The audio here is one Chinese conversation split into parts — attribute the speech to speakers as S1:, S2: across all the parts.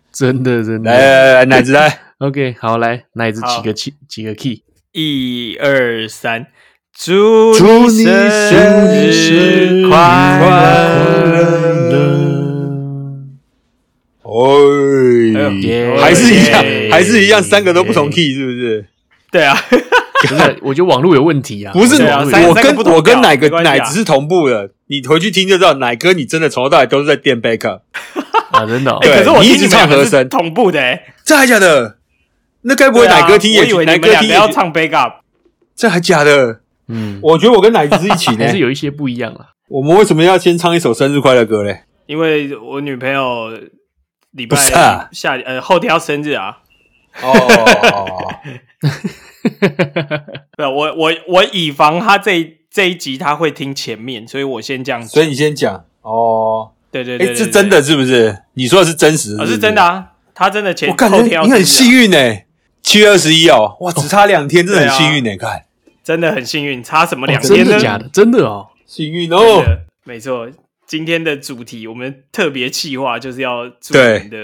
S1: 真的真
S2: 来来
S1: 的。
S2: 来来，奶子来，
S1: OK，好，来，那一次
S3: 好
S1: 几个 key 几个 key？
S3: 一二三，祝
S2: 祝
S3: 你
S2: 你
S3: 生
S2: 生
S3: 日
S2: 日
S3: 快乐！
S1: 乐。
S2: 哎，
S1: 耶
S2: 还是一
S1: 耶
S2: 样，还是一样，三个都不同 key 是不是？
S3: 对啊，
S1: 不是，我觉得网络有问题啊。
S2: 不是
S3: 对啊
S1: 网络
S3: 三
S1: 有
S2: 我
S1: 问题
S3: 三个
S2: 跟
S3: 不同
S2: 我跟
S3: 调
S2: 奶
S3: 没
S2: 哥
S3: 关系啊
S2: 奶子是同步的，你回去听就知道，奶哥你真的从头到尾都是在垫 back，
S1: 啊，真的哦。
S3: 哎，
S2: 对
S3: 可是我
S2: 你一
S3: 听
S2: 直唱
S3: 们两个
S2: 和
S3: 是
S2: 声
S3: 同步的欸，
S2: 真的还假的？那该不会
S3: 对啊
S2: 奶哥听也
S3: 我以为
S2: 奶
S3: 你
S2: 哥
S3: 们两
S2: 听
S3: 个
S2: 也
S3: 要唱 back up，
S2: 这还假的？
S1: 嗯，
S2: 我觉得我跟奶子是一 起
S1: 还
S2: 的
S1: 是。有一些不一样啊。
S2: 我们为什么要先唱一首生日快乐歌嘞？
S3: 因为我女朋友礼
S2: 不
S3: 拜
S2: 是啊
S3: 下呃后天要生日啊。
S2: 哦，
S3: 对啊，我我我以防她这一这一集她会听前面，所以我先这样 子。
S2: 所以你先讲哦。
S3: 对对
S2: 哎
S3: 对，，
S2: 是
S3: 对
S2: 真，的是不是？你说的哦是真实？
S3: 对啊是真的。啊，她真的前
S2: 我感
S3: 后天
S2: 觉
S3: 要
S2: 你
S3: 生日
S2: 很
S3: 啊
S2: 幸运哎，七月二十一哦，哇，只差两天，真的很幸运哎，看
S3: 真的很幸运，差什么
S1: 哦
S3: 两
S1: 真
S3: 天呢？
S1: 的假的？真的哦。
S2: 幸运
S3: 真
S2: 哦。
S3: 的没错。今天的主题，我们特别企划就是要祝
S2: 对
S3: 我们的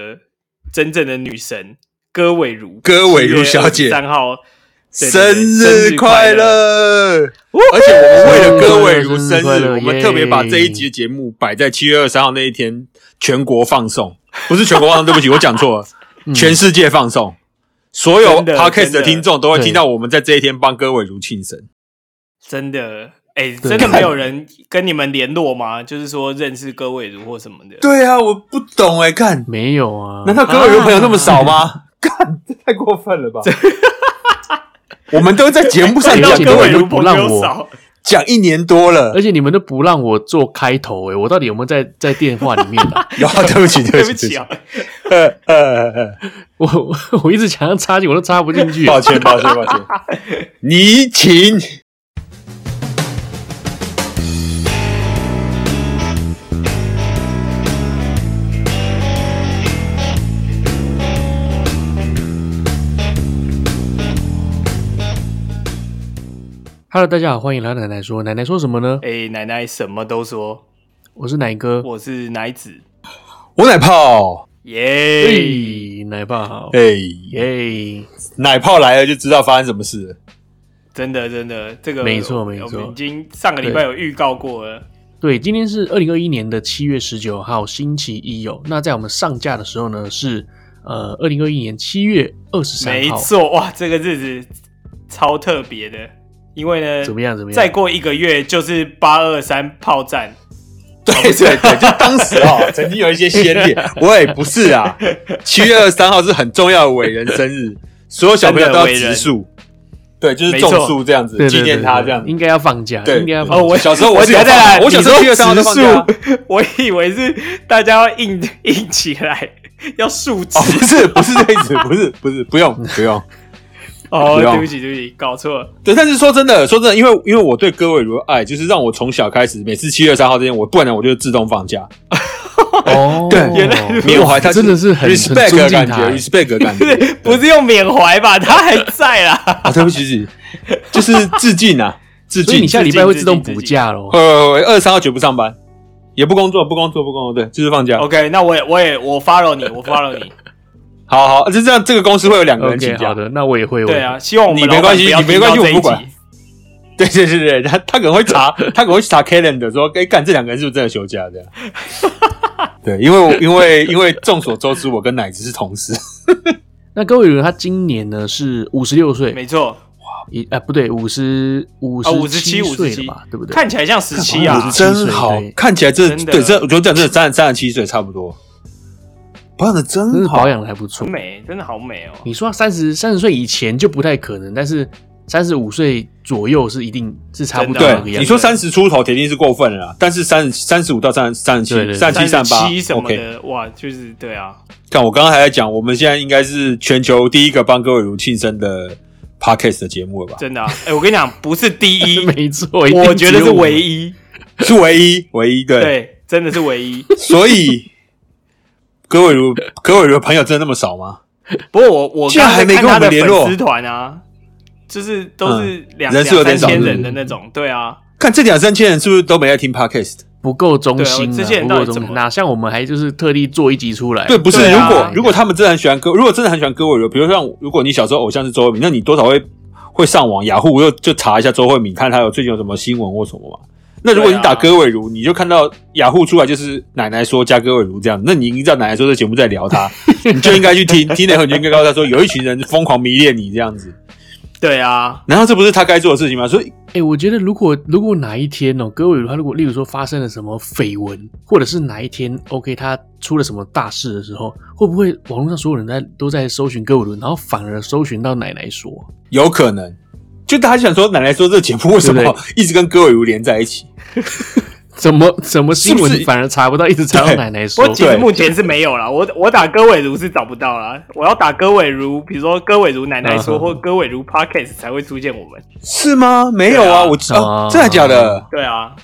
S3: 真正的女神戈伟如，
S2: 戈伟如小姐
S3: 三号对
S2: 生
S3: 对对生
S2: 日快
S3: 乐！
S2: 乐！而且我们为了歌伟如生
S1: 生日快
S2: 日，
S1: 乐
S2: 我们特别把这一集的节目摆在七月二十三号那一天全国放送，不是全国放送，对不起，我讲错 了，
S1: 嗯
S2: 全世界放送，所有
S3: 真的
S2: podcast
S3: 真的
S2: 的听众都会
S1: 对
S2: 听到我们在这一天帮歌伟如庆生。
S3: 真的，哎、真的没有人跟你们联络吗？就是说认识戈伟如或什么的？
S2: 对啊，我不懂哎，看，
S1: 没有啊。
S2: 难道歌伟如朋友那么少吗？ 干，这太过分了吧！ 我们都在节目上
S3: 看到
S2: 啊讲
S3: 戈
S2: 歌
S3: 伟
S2: 伟
S3: 如
S2: 如，
S3: 朋
S1: 不让
S3: 友
S1: 我
S3: 少，
S2: 讲一年多了
S1: 而，哎且你们都不让我做开头哎诶、我到底有没有在在电话里面啊？
S2: 然后对不起， 对
S3: 对
S2: 不
S3: 不
S2: 起，
S3: 起
S2: 对
S3: 啊
S2: 不，起呃呃呃。
S1: 我我 我一直想要插进，我都插不进去。
S2: 抱歉，抱歉，抱歉。你请。
S1: Hello，大家好，欢迎来到奶奶说。奶奶说什么呢？
S3: 哎、奶奶什么都说，
S1: 我是奶哥。
S3: 我是奶子，
S2: 我奶泡，
S3: 耶、
S1: 嘿，奶爸好。
S2: 哎、
S1: 耶，
S2: 奶泡来了就知道发生什么事了。
S3: 真的真的，这个
S1: 没错没
S3: 我们
S1: 错
S3: 已经上个礼拜有预告过了。
S1: 对，今天是二零二一年的七月十九号，星期一哦。那在我们上架的时候呢，是呃二零二一年七月二十三
S3: 没
S1: 号。
S3: 错，哇，这个日子超特别的，因为呢，
S1: 怎么样？怎么样？
S3: 再过一个月就是八二三炮战，
S2: 对对对，就当时哦，曾经有一些先 例。喂，不是啊，七月二十三号是很重要的伟人生日，所有小朋友都要植树。对，就是种树这样子
S1: 对对
S2: 纪念他这样
S1: 对
S2: 子
S1: 对。应该要放假，
S2: 对，
S1: 应该要放
S2: 哦，
S1: 假。
S2: 我小时候
S3: 我
S2: 我是有
S3: 等下再来
S2: 放我小时候
S3: 你
S2: 七
S3: 说
S2: 月二十三号就放假啊。
S3: 我以为是大家要硬硬起来，要竖 直
S2: 哦，不是不是这意思，不是不是，不用不用。
S3: 哦，
S2: 不要
S3: 对不起对不起，搞错了，
S2: 对，但是说真的，说真的，因为因为我对戈伟如的爱，就是让我从小开始，每次七月三号这天，我不然我就自动放假，
S1: 哦，
S2: 对
S3: 原来如此
S2: 缅怀他，
S1: 真的是很很
S2: respect
S1: 尊
S2: 的
S1: 敬
S2: 感
S1: 他
S2: 觉
S1: 欸
S2: ，respect 的感
S3: 不
S2: 觉。
S3: 是不是用缅怀吧，他还在啦，
S2: 啊，对不起，对不起就是致敬啊，致
S1: 所以
S2: 敬
S1: 你。下礼拜会自动补假喽。
S2: 呃，二十三号绝不上班，也不工作，不工作，不工作，对，就是放假。
S3: OK，那我也我也我 follow 你，我 follow 你。
S2: 好好，就这样，这个公司会有两个人
S1: OK，
S2: 请
S1: 好
S2: 假。
S1: 的，那我也会。
S3: 对啊，希望我们
S2: 你没
S3: 老板
S2: 关系
S3: 不要
S2: 你没关系
S3: 听到这一
S2: 我不管
S3: 集。
S2: 对对对对，他他可能会查， 他可能会去查 calendar 说，哎，干这两个人是不是真的休假这样？ 对，因为我因为因为众所周知，我跟奶子是同事。
S1: 我。那各位友，他今年呢是五十六岁，
S3: 没错，
S1: 一啊不对，五十五
S3: 啊
S1: 七
S3: 57
S1: 岁了吧？对不对？
S3: 看起来像十七 啊
S1: 看，起
S2: 真好
S1: 对
S2: 看起来真
S3: 真的
S2: 对，这我觉得这样真的三三十七岁差不多，保养的
S1: 真
S2: 真
S1: 是
S2: 好
S1: 保。养的还不错
S3: 很。美，真的好美哦。
S1: 你说三十三十岁以前就不太可能，但是三十五岁左右是一定是差不多
S3: 真的啊
S1: 那
S2: 对
S1: 个，样
S2: 你
S1: 子。
S2: 说三十出头铁定是过分了啦，但是三三十五到三三
S1: 对
S2: 十
S1: 对
S2: 七、三
S3: 三
S2: 七、
S3: 十
S2: 三八
S3: 七什么
S2: ，OK。
S3: 的，哇，就是对啊，
S2: 看我刚刚还在讲，我们现在应该是全球第一个帮各位如庆生的 podcast 的节目了吧？
S3: 真的啊。 哎，我跟你讲，不是第 一，
S1: 没错，
S3: 我觉得是唯
S1: 一
S3: 一，
S2: 是唯一，唯一对。
S3: 对，真的是唯一。
S2: 所以各位 如各位如的朋友真的那么少吗？
S3: 不过我我
S2: 居然
S3: 刚才
S2: 还没
S3: 看
S2: 跟我
S3: 他
S2: 们
S3: 的
S2: 联络嗯
S3: 粉丝团啊，就是都是两
S2: 人数有
S3: 两
S2: 点少
S3: 三千
S2: 是不是
S3: 人的那种，对啊，
S2: 看这两三千人是不是都没在听 podcast？
S1: 不够忠心、
S3: 对啊这些
S1: 啊，
S3: 人
S1: 不
S3: 到
S1: 够
S3: 底
S1: 忠
S3: 怎
S1: 心，
S3: 么
S1: 哪像我们还就是特地做一集出来？哎
S2: 对，不是，
S3: 对
S2: 如
S3: 啊
S2: 果如果他们真的很喜欢歌，如果真的很喜欢歌伟如，比如像如果你小时候偶哦像是周慧敏，那你多少会会上网雅虎又就查一下周慧敏，看她有最近有什么新闻或什么嘛。那如果你
S3: 对啊
S2: 打歌伟如，你就看到雅虎出来就是奶奶说加歌伟如这样，那你已经知道奶奶说这节目在聊 他，你就应该去听，听了以后你就应该告诉他说有一群人疯狂迷恋你这样子，
S3: 对啊，
S2: 难道这不是他该做的事情吗？所以
S1: 哎、我觉得如果如果哪一天哦，各位他如果例如说发生了什么绯闻，或者是哪一天 OK 他出了什么大事的时候，会不会网络上所有人在都在搜寻各伟伦，然后反而搜寻到奶奶说？
S2: 有可能，就大家想说奶奶说这节目为什
S1: 对不
S2: 么一直跟歌伟如连在一起？
S1: 怎么怎么新
S2: 是不是
S1: 闻反而查不到，一直查到
S2: 对
S1: 奶奶说
S3: 我？其实目前是没有啦，我我打歌尾如是找不到啦，我要打歌尾如，比如说歌尾如奶奶说
S1: 嗯
S3: 或歌尾如 podcast 才会出现我们。
S2: 是吗？没有啊，
S3: 对啊
S2: 我啊
S1: 啊，
S2: 真的假的？
S3: 对啊，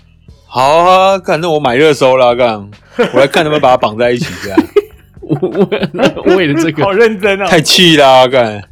S2: 好啊，干，那我买热搜啦，干，我来看他们把它绑在一起，这样
S1: 我 我为了这
S3: 好
S1: 个，
S3: 认真啊！
S2: 太气啦，干。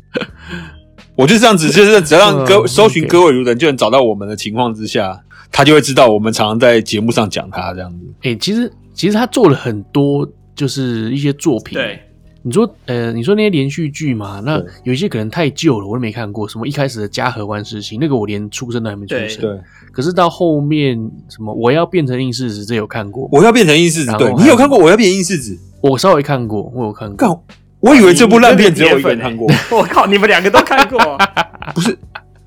S2: 我就这样子，就是只要让歌
S1: 嗯
S2: 搜寻
S1: OK
S2: 歌伟如人就能找到我们的情况之下，他就会知道我们常常在节目上讲他这样子。
S1: 哎、其实其实他做了很多，就是一些作品。
S3: 对，
S1: 你说，呃，你说那些连续剧嘛，那
S2: 对
S1: 有一些可能太旧了，我都没看过。什么一开始的《家和万事兴》，那个我连出生都还没出
S3: 对
S1: 生。
S2: 对，
S1: 可是到后面什么我要变成硬柿子，这有看过，
S2: 我要变成硬柿
S1: 然
S2: 子，
S1: 后
S2: 对
S1: 还
S2: 你
S1: 有
S2: 有看过我要变硬柿子？
S1: 我稍微看过，我有看
S2: 干
S1: 过。，
S2: 我以为这部烂片
S3: 你
S2: 只有我一个人看过，
S3: 我靠，你们两个都看过啊？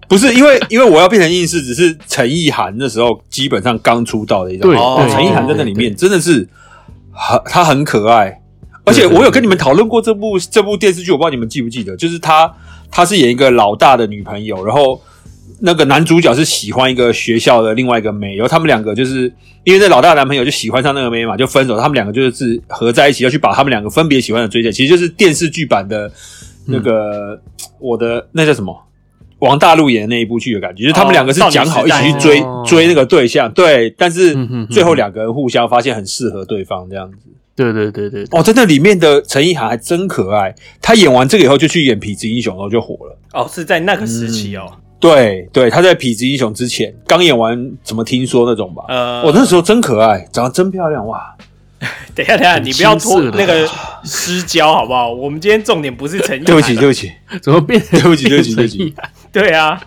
S2: 不是因为因为我要变成硬柿子是陈意涵那时候基本上刚出道的一张
S1: 对
S2: 哦，
S3: 对
S2: 陈意涵在那里面真的是很他很可爱，而且
S1: 对对
S2: 我有跟你们讨论过这部这部电视剧，我不知道你们记不记得，就是他他是演一个老大的女朋友，然后那个男主角是喜欢一个学校的另外一个妹，然后他们两个就是因为那老大的男朋友就喜欢上那个妹嘛，就分手，他们两个就是合在一起要去把他们两个分别喜欢的追起来，其实就是电视剧版的那个、我的那叫什么？王大陆演的那一部剧的感觉，就是他们两个是
S3: 哦少女
S2: 讲好一
S3: 时代
S2: 起去追、
S1: 哦
S2: 追那个对象，对，但是
S1: 嗯哼哼
S2: 最后两个人互相发现很适合对方这样子。
S1: 对对对对，对
S2: 哦，在那里面的陈意涵还真可爱，她演完这个以后就去演《痞子英雄》，然后就火了。
S3: 哦，是在那个时期
S1: 嗯
S3: 哦。
S2: 对对，她在《痞子英雄》之前刚演完，怎么听说那种吧？
S3: 呃，
S2: 哦，那时候真可爱，长得真漂亮哇！
S3: 等一下，等一下，
S1: 很
S3: 你不要拖
S1: 青涩的啊
S3: 那个失焦好不好？我们今天重点不是陈 意涵
S2: 对不起，对不起，
S1: 怎么变？
S2: 对不起对不起
S1: 变
S2: 对不
S1: 成
S2: 起
S1: 一样
S3: 对啊，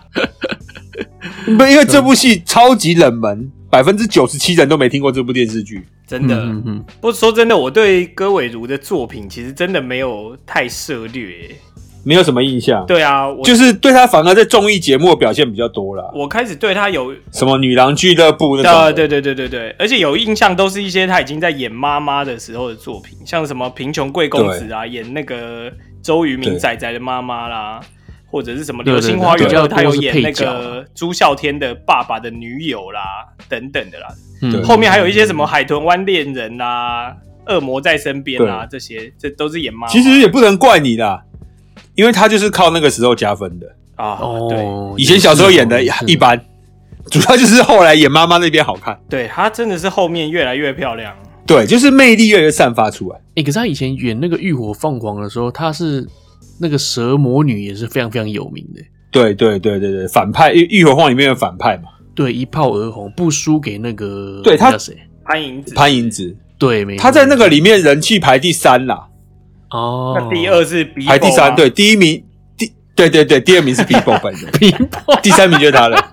S2: 不，因为这部戏超级冷门，百分之九十七人都没听过这部电视剧。
S3: 真的。
S1: 嗯嗯
S3: 不过说真的，我对歌伟如的作品其实真的没有太涉略欸。
S2: 没有什么印象，
S3: 对啊，我
S2: 就是对她反而在综艺节目的表现比较多啦，
S3: 我开始对他有
S2: 什么女郎俱乐部那种的。
S3: 呃，对对对对对，而且有印象都是一些他已经在演妈妈的时候的作品，像什么《贫穷贵公子》啊，演那个周渝民
S2: 对
S3: 仔仔的妈妈啦，或者是什么《
S1: 对
S3: 流
S1: 对
S3: 星
S1: 对
S3: 花园
S1: 比》较
S3: 他
S1: 多
S3: 有
S1: 是
S3: 演
S1: 配
S3: 那
S1: 角
S3: 个朱孝天的爸爸的女友啦，等等的啦。
S1: 嗯
S2: 对
S1: 嗯
S3: 后面还有一些什么《海豚湾恋人》啦，《恶魔在身边》啦，这些这都是演妈妈。
S2: 其实也不能怪你啦，因为她就是靠那个时候加分的。
S3: 啊，对
S1: 哦，
S2: 以前小时候演的
S1: 也是哦
S2: 一，般，主要就是后来演妈妈那边好看。
S3: 对，她真的是后面越来越漂亮。
S2: 对，就是魅力越来越散发出来。
S1: 哎、可是他以前演那个《浴火凤凰》的时候，他是那个蛇魔女也是非常非常有名的，
S2: 对对对对对，反派《玉玉火晃》里面的反派嘛，
S1: 对，一炮而红，不输给那个
S2: 对他
S1: 那叫谁？
S3: 潘迎紫，
S2: 潘迎紫，
S1: 对，没错
S2: 他在那个里面人气排第三啦，
S1: 哦，
S3: 那第二是比啊
S2: 排第三，，对，第一名，第对对对，第二名是 Bibo 本人，
S1: 乒乓，
S2: 第三名就是他了。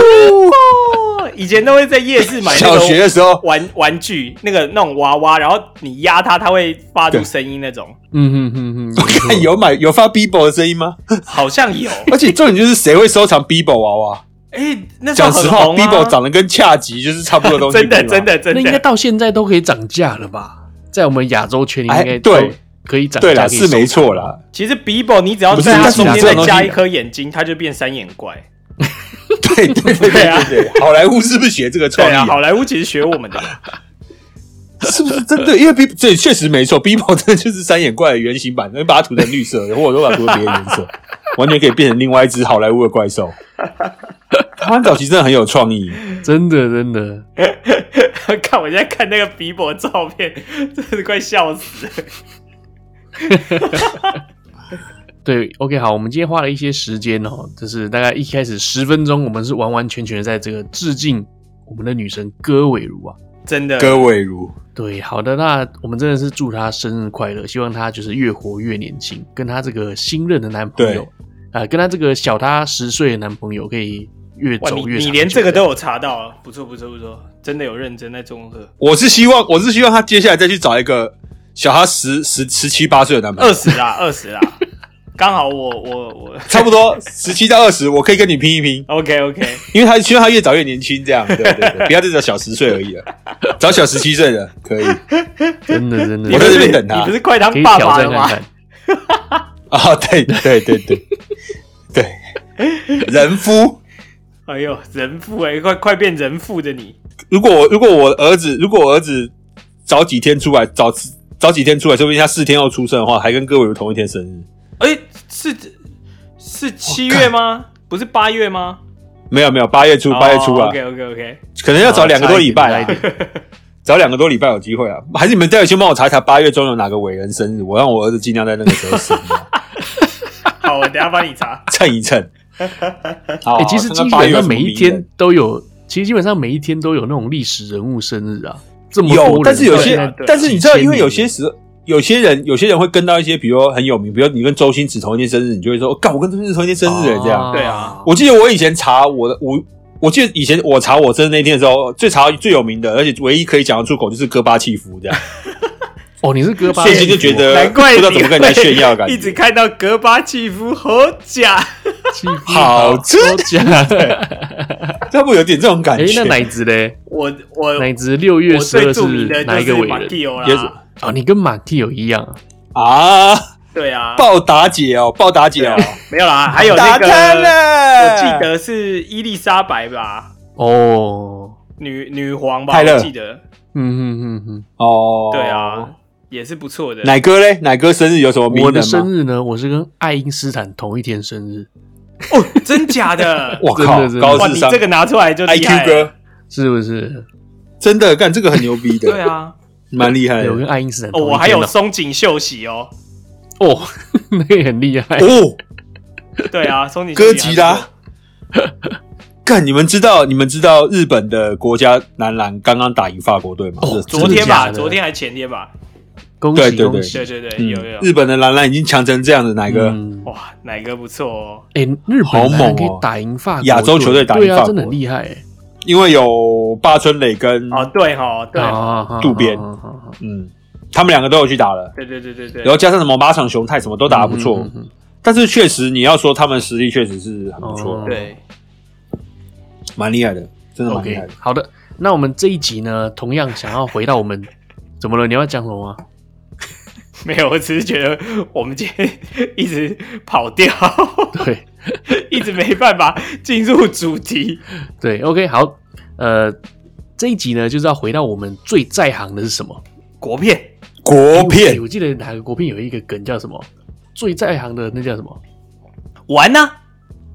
S3: 哦以前都会在夜市买那
S2: 小
S3: 种
S2: 学的时候，
S3: 玩玩具，那个那种娃娃，然后你压它，它会发出声音那种，
S1: 嗯哼哼哼，没错
S2: 看有买有发 Bibo 的声音吗？
S3: 好像 有。
S2: 而且重点就是谁会收藏 Bibo 娃娃？
S3: 哎、那时候
S2: 讲实话
S3: 很红啊
S2: ，Bibo 长得跟恰吉就是差不多的东西，
S3: 真的
S2: 对吧
S3: 真。的真
S1: 那
S3: 的
S1: 应该到现在都可以涨价了吧？在我们亚洲圈应
S2: 哎
S1: 该
S2: 对
S1: 都可以涨价，
S2: 对啦，
S1: 可以
S2: 是没
S1: 收藏
S2: 错啦，
S3: 其实 Bibo 你只要
S2: 不是
S3: 在它
S2: 但是
S3: 中
S2: 你
S3: 间
S2: 这
S3: 再
S2: 种东西
S3: 加一颗眼睛，它就变三眼 怪。
S2: 对对对对
S3: 对啊
S2: 对对，好莱坞是不是学这个
S3: 对
S2: 创意、
S3: 啊，好莱坞其实学我们的，
S2: 是不是真的？因为 B 这确实没错，Bibo 真的就是三眼怪的原型版，你把它涂成绿色，或者说把它涂成别的颜 色，完全可以变成另外一只好莱坞的怪兽。台湾早期真的很有创意，
S1: 真的真的，
S3: 看我现在看那个 Bibo 照片，真是快笑死了。
S1: 对，OK，好，我们今天花了一些时间哦，就是大概一开始十分钟，我们是完完全全在这个致敬我们的女神戈伟如啊。
S3: 真的，
S2: 戈伟如，
S1: 对，好的，那我们真的是祝她生日快乐，希望她就是越活越年轻，跟她这个新任的男朋友，啊、呃，跟她这个小她十岁的男朋友可以越走越
S3: 你。你连这个都有查到、啊，不错不错不错，真的有认真在综合。
S2: 我是希望，我是希望她接下来再去找一个小她十十十七八岁的男朋
S3: 友，二十啦，二十啦，刚好我我我
S2: 差不多十七到二十，我可以跟你拼一拼。
S3: OK OK，
S2: 因为她希望她越早越年轻，这样对对对， 不要再找小十岁而已了。找小十七岁的可以，
S1: 真的真的，
S2: 我在这边等他。
S3: 你不是快当爸爸了吗？
S2: 啊哦，对对对对对， 人夫，
S3: 哎呦，人夫哎、欸，快快变人父的你！
S2: 如果我如果我儿子如果我儿子早几天出来，早早几天出来，说不定他四天后出生的话，还跟各位有同一天生日。
S3: 哎、欸，是是七月吗？不是八月吗？
S2: 没有没有，八月初八月初啊、
S3: oh,，OK 哦 OK OK，
S2: 可能要找两个多礼拜、啊， 找两个多礼拜有机会啊。还是你们待会先帮我查一查八月中有哪个伟人生日，我让我儿子尽量在那个时候生、啊。
S3: 好，我等下帮你 查，
S2: 蹭一蹭。好、欸，
S1: 哎其实基本上每一天都有，其实基本上每一天都有那种历史人物生日啊，这么
S2: 有，但是有些，但是你知道，因为有些时候。有些人，有些人会跟到一些，比如很有名，比如你跟周星驰同一天生日，你就会说，干、哦，我跟周星驰同一天生日、欸，这
S1: 哦
S2: 样。
S3: 对啊，
S2: 我记得我以前查我的，我我记得以前我查我生日那天的时候，最查最有名的，而且唯一可以讲得出口就是戈巴契夫 这样。
S1: 哦，你是戈巴
S2: 契夫，瞬间就觉得
S3: 难怪
S2: 啊不知道怎么跟人家炫耀感，
S3: 一直看到戈巴契夫好假，
S1: 契夫好
S2: 真
S1: 假，哎
S2: 他不有点这种感觉？哎、
S1: 欸，那奶子嘞？
S3: 我呃我
S1: 奶子六月十二是哪一个伟人？
S3: 也是。
S1: 哦，你跟马蒂友一样
S2: 啊？啊，
S3: 对啊，
S2: 暴打姐哦，暴打姐哦，
S3: 没有啦， 还有那个，我记得是伊丽莎白吧？
S1: 哦，
S3: 女女皇吧，我记得，
S1: 嗯嗯嗯嗯，
S2: 哦，
S3: 对啊，也是不错的。
S2: 奶哥嘞？奶哥生日有什么名人
S1: 我的生日呢？我是跟爱因斯坦同一天生日。
S3: 哦，真假 的？
S2: 我靠，高智商，
S3: 你这个拿出来就
S2: IQ 哥
S1: 是不是？
S2: 真的干这个很牛逼的，
S3: 对啊。
S2: 蛮厉害的，
S1: 我跟爱因斯坦
S3: 哦，我还有松井秀喜哦，
S1: 哦，那也很厉害
S2: 哦。
S3: 对啊，松井
S2: 哥吉拉。干，你们知道你们知道日本的国家男篮刚刚打赢法国队吗？
S1: 哦，
S3: 昨天吧，昨天还前天吧。
S1: 恭
S2: 喜
S1: 恭
S3: 喜！对对对，有
S2: 嗯
S3: 有。
S2: 日本的男篮已经强成这样的，哪个？
S1: 嗯
S3: 哇，哪个不错哦？
S1: 哎，日本
S2: 好猛
S1: 可以打赢法国，
S2: 亚洲球队打赢法国，
S1: 真的很厉害哎。
S2: 因为有八村垒跟
S3: 哦对哈对
S2: 渡边，嗯，他们两个都有去打了，
S3: 对对对对对，
S2: 然后加上什么马场雄太什么都打得不错，嗯嗯嗯、但是确实你要说他们实力确实是很不错，
S3: 对，
S2: 蛮厉害的，真的蛮厉害的。Okay,
S1: 好的，那我们这一集呢，同样想要回到我们怎么了？你要讲什么吗？
S3: 没有，我只是觉得我们今天一直跑掉，
S1: 对，
S3: 一直没办法进入主题。
S1: 对，OK，好，呃，这一集呢就是要回到我们最在行的是什么？
S3: 国片，
S2: 国片、欸。
S1: 我记得哪个国片有一个梗叫什么？最在行的那叫什么？
S3: 玩呢、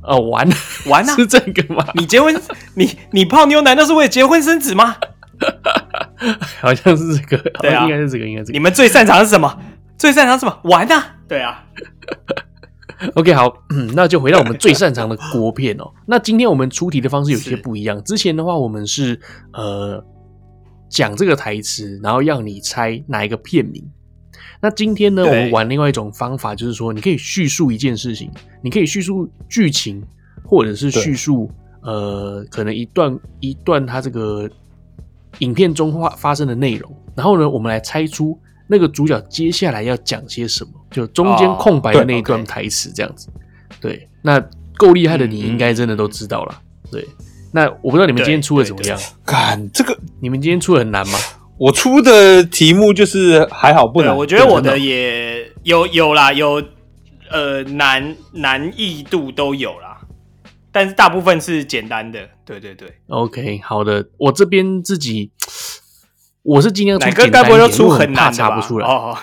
S3: 啊？
S1: 哦，玩
S3: 玩呢、啊？
S1: 是这个吗？
S3: 你结婚，你你泡妞难道是为了结婚生子吗？
S1: 好像是这个，
S3: 对啊，
S1: 应该是这个，应该是、這個、
S3: 你们最擅长是什么？最擅长什么？玩啊！对啊。
S1: OK，好、嗯，那就回到我们最擅长的锅片哦。那今天我们出题的方式有些不一样。之前的话，我们是呃讲这个台词，然后让你猜哪一个片名。那今天呢，我们玩另外一种方法，就是说你可以叙述一件事情，你可以叙述剧情，或者是叙述呃可能一段一段它这个。影片中发发生的内容，然后呢，我们来猜出那个主角接下来要讲些什么，就中间空白的那一段台词这样子。哦、对,对，那够厉害的你应该真的都知道了。嗯、对，那我不知道你们今天出的怎么样？
S2: 干这个，
S1: 你们今天出的很难吗？
S2: 我出的题目就是还好不难，
S3: 啊我觉得我的也有有啦，有呃难难易度都有啦。但是大部分是简单的，对对对。
S1: OK，好的，我这边自己我是尽量出简
S3: 单一点，出很
S1: 怕查不出来。
S3: 哦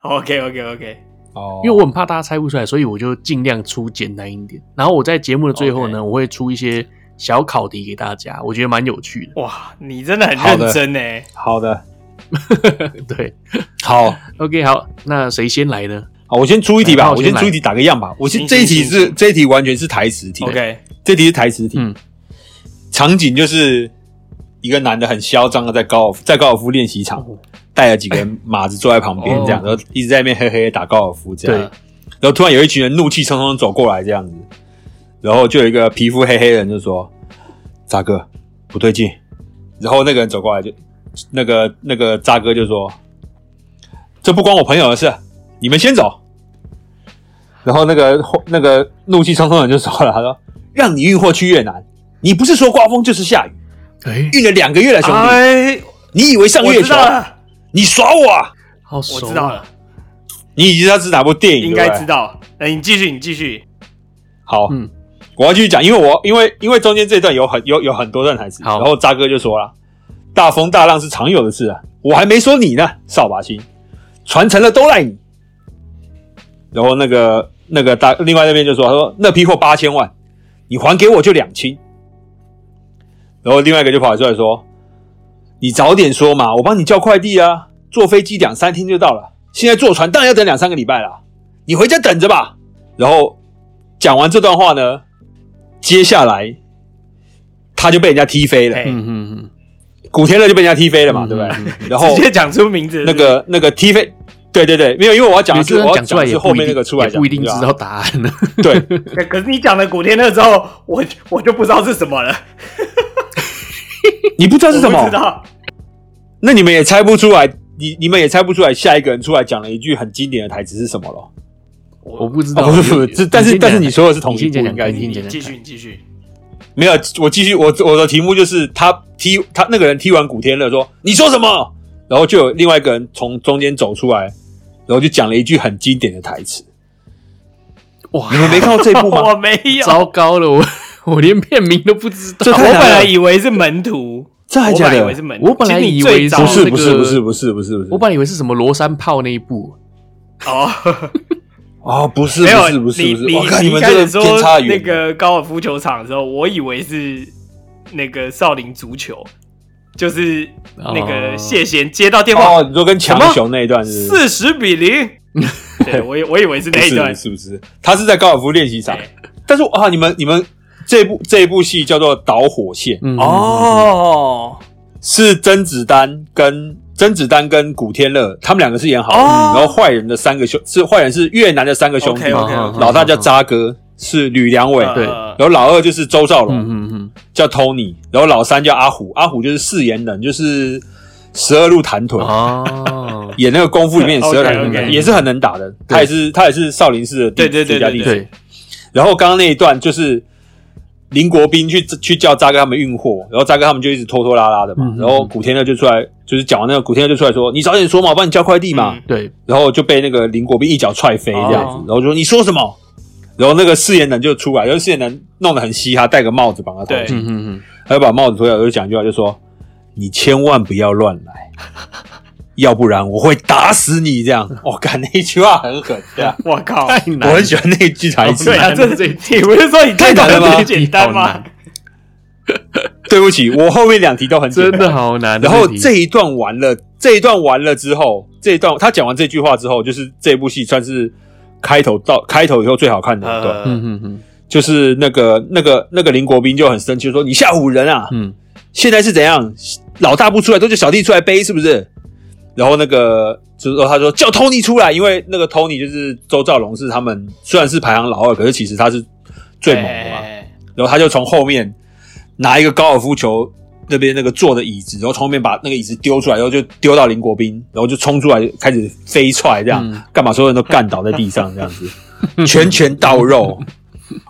S3: ，OK OK OK，
S2: 哦，
S1: 因为我很怕大家猜不出来，所以我就尽量出简单一点。然后我在节目的最后呢，我会出一些小考题给大家，我觉得蛮有趣的。
S3: 哇，你真的很认真呢。欸
S2: 好的，
S1: 对，
S2: 好
S1: ，OK，好，那谁先来呢？
S2: 好，我先出一题吧，我先出一题打个样吧。我先这一题是这一题完全是台词题
S3: ，OK，
S2: 这题是台词题。嗯，场景就是一个男的很嚣张的在高尔夫在高尔夫练习场带了几个马子坐在旁边这样，然后一直在那边嘿嘿打高尔夫这样，
S1: 对
S2: 然后突然有一群人怒气冲冲地走过来这样子，然后就有一个皮肤黑黑的人就说：“渣哥不对劲。”然后那个人走过来就那个那个渣哥就说：“这不关我朋友的事，你们先走。”然后那个那个怒气冲冲的人就说了：“他说让你运货去越南，你不是说刮风就是下雨。”
S1: 哎，
S2: 运了两个月了，兄弟，
S3: 哎，
S2: 你以为上
S3: 我
S2: 月
S3: 知
S2: 球啊
S3: 道？了，
S2: 你耍我啊！
S1: 好
S3: 我
S1: 熟，
S3: 知道了，，
S2: 你已经知道这是哪部电影，
S3: 应
S2: 对
S3: 该
S2: 不对
S3: 知。道。哎，你继续，你继续。
S2: 好，
S1: 嗯，
S2: 我要继续讲，因为我因为因为中间这段有很有有很多段台词，
S1: 好
S2: 然后渣哥就说了，大风大浪是常有的事啊，我还没说你呢，扫把星，传承了都赖你。然后那个那个大另外那边就说，他说那批货八千万，你还给我就两清。然后另外一个就跑出来说，你早点说嘛，我帮你叫快递啊，坐飞机两三天就到了，现在坐船当然要等两三个礼拜了，你回家等着吧。然后讲完这段话呢，接下来他就被人家踢飞了，
S3: 哎，
S1: 嗯嗯嗯，
S2: 古天乐就被人家踢飞了嘛，
S1: 嗯
S2: 对不
S1: 嗯
S2: 对？然后
S3: 直接讲出名字。
S2: 那个那个踢飞，对对对，没有，因为我要讲
S1: 你
S2: 的是
S1: 就
S2: 我
S1: 算
S2: 要
S1: 讲出来
S2: 的
S1: 也
S2: 是
S1: 不
S2: 后
S1: 一
S2: 面
S1: 定
S2: 那个出来
S1: 也不一定知
S2: 讲
S1: 道答案 呢。
S2: 对啊 对，
S3: 可可是你讲了古天乐之后，我我就不知道是什么了。
S2: 你不知道是什
S3: 我不
S2: 么
S3: 知，道。
S2: 那你们也猜不出来，你你们也猜不出来下一个人出来讲了一句很经典的台词是什么了。
S1: 我不知道，
S2: 哦，不是不是，这但是但是你说的是同
S1: 你
S2: 一
S1: 先
S2: 部，
S1: 讲讲
S2: 应该
S1: 你先
S2: 是
S1: 讲
S3: 你继续，你继续。
S2: 没有。我继续，我我的题目就是他踢他那个人踢完古天乐说你说什么，然后就有另外一个人从中间走出来，然后就讲了一句很经典的台词。
S1: 哇，
S2: 你们没看过这一部吗？
S3: 我没有，
S1: 糟糕了，我 我连片名都不知
S2: 这
S1: 道。
S3: 我
S2: 太难
S3: 本
S2: 了
S3: 来以为是门徒，
S2: 这还
S3: 我
S2: 假
S3: 本来以
S2: 的？
S3: 为是门，
S1: 我本来
S3: 其实你
S1: 以为
S3: 最早
S2: 不是
S1: 那个
S2: 不是不是不是不是不是，
S1: 我本来以为是什么罗山炮那一部，
S3: 哦，
S2: 哦不是
S3: 没
S2: 不
S3: 有
S2: 是不是
S3: 你
S2: 不是，我
S3: 你
S2: 看
S3: 你
S2: 们
S3: 开
S2: 这
S3: 始
S2: 个
S3: 说
S2: 偏差
S3: 那
S2: 远。
S3: 个高尔夫球场的时候，我以为是那个少林足球，就是那个谢贤接到电话
S2: 哦，你说跟强雄那一段是不是
S3: 四十比零， 对我以我以为是
S2: 不
S3: 那一段
S2: 是，是不是？他是在高尔夫练习场
S3: 对，
S2: 但是啊，你们你们这部这一部戏叫做《导火线》，
S1: 嗯，
S3: 哦
S2: 是甄子丹跟甄子丹跟古天乐他们两个是演好人，
S3: 哦
S2: 然后坏人的三个兄是坏人是越南的三个兄弟，
S3: ，OK OK，
S2: 老大叫渣哥，是吕良
S3: 呃
S2: 伟，
S1: 对
S2: 然后老二就是周兆龙，
S1: 嗯嗯嗯，
S2: 叫 Tony，然后老三叫阿虎，阿虎就是饰演人，就是十二路弹腿，
S1: 嗯哦，
S2: 演那个功夫里面
S3: OK，
S2: 十二路弹腿
S1: OK
S2: 也是很能打的，他也是他也是少林寺的弟
S3: 对对
S2: 最
S3: 对
S2: 佳弟
S3: 对
S2: 子。
S1: 对，
S2: 然后刚刚那一段就是林国斌去去叫扎哥他们运货，然后扎哥他们就一直拖拖拉拉的嘛，
S1: 嗯嗯嗯
S2: 然后古天乐就出来，就是讲完那个古天乐就出来说：“你早点说嘛，我帮你叫快递嘛。
S3: 嗯
S1: 对，
S2: 然后就被那个林国斌一脚踹飞这样子，
S3: 哦
S2: 然后就说：“你说什么？”然后那个饰演人就出来，然后饰演人弄得很嘻哈，戴个帽子绑个头
S3: 对
S2: 巾，
S1: 嗯嗯嗯，
S2: 他就把帽子脱掉，我就讲一句话，就说：“你千万不要乱来， 要不然我会打死你。”这样，我、干那一句话很狠，这样，
S3: 我啊靠，
S1: 太
S2: 我
S1: 难，
S2: 很喜欢那一句台词
S3: 对。啊，这 是你不是说你
S2: 太难了吧
S3: 这简单
S1: 好
S3: 吗
S1: 难？
S2: 对不起，我后面两题都很 简
S1: 真
S2: 单
S1: 的。好难。
S2: 然后
S1: 题嗯
S2: 这一段完了，这一段完了之后，这一段他讲完这句话之后，就是这部戏算是开头到开头以后最好看的一段，
S3: 呃
S1: 嗯嗯嗯
S2: 就是那个那个那个林国斌就很生气说：“你吓唬人啊！”
S1: 嗯，
S2: 现在是怎样？老大不出来，都叫小弟出来背，是不是？然后那个就是说，他说叫 Tony 出来，因为那个 Tony 就是周兆龙，是他们虽然是排行老二，可是其实他是最猛的嘛。
S3: 哎
S2: 然后他就从后面拿一个高尔夫球那边那个坐的椅子，然后从后面把那个椅子丢出来，然后就丢到林国斌，然后就冲出来开始飞踹，这样、
S1: 嗯
S2: 干嘛？所有人都干倒在地上，这样子拳拳到肉。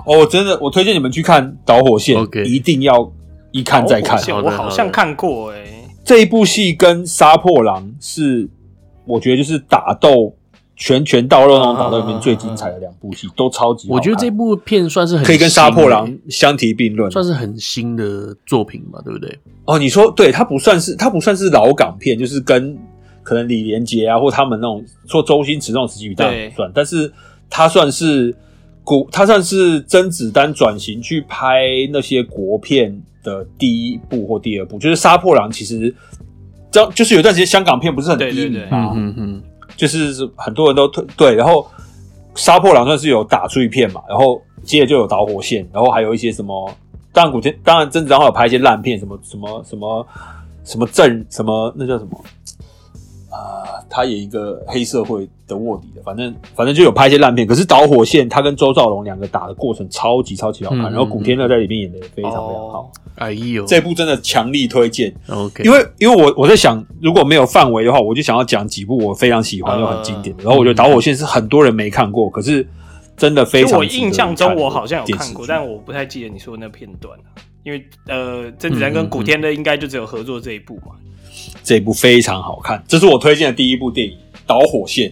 S2: 哦，真的，我推荐你们去看《导火线》
S1: OK
S2: 一定要一看再看。
S1: 好的
S3: 哦我好像看过哎、
S2: 这一部戏跟《杀破狼》是，我觉得就是打斗拳拳到肉那
S1: 啊
S2: 种打斗里面最精彩的两部戏，都超级好看。
S1: 我觉得这部片算是很
S2: 可以跟《杀破狼
S1: 新欸的》
S2: 相提并论。
S1: 算是很新的作品嘛，对不对？
S2: 哦，你说对，它不算是它不算是老港片，就是跟可能李连杰啊，或他们那种说周星驰那种时期语当然
S3: 对
S2: 不算，但是它算是古，它算是甄子丹转型去拍那些国片的第一部或第二部，就是《杀破狼》其实。这样就是有段时间香港片不是很
S3: 对对
S2: 低迷
S3: 对
S2: 嘛，
S1: 嗯嗯
S2: 就是很多人都推对，然后杀破狼算是有打出一片嘛，然后接着就有导火线，然后还有一些什么当然古天，当然甄子丹会有拍一些烂片，什么什么什么什么正什么那叫什么啊、他演一个黑社会的卧底的，反正反正就有拍一些烂片。可是导火线他跟周兆龙两个打的过程超级超级好看，
S1: 嗯
S2: 然后古天乐在里面演的也非常非常
S3: 哦
S2: 好，
S1: 哎呦
S2: 这部真的强力推荐。
S1: ，OK，
S2: 因为因为我我在想，如果没有范围的话，我就想要讲几部我非常喜欢
S3: 呃
S2: 又很经典的。然后我觉得《导火线》是很多人没看过，可是真的非
S3: 因为
S2: 常值得
S3: 我
S2: 看的电视剧。
S3: 印象中我好像有看过，但我不太记得你说的那片段了啊因为呃，甄子丹跟古天乐应该就只有合作这一部嘛。
S2: 嗯这部非常好看，这是我推荐的第一部电影《导火线》，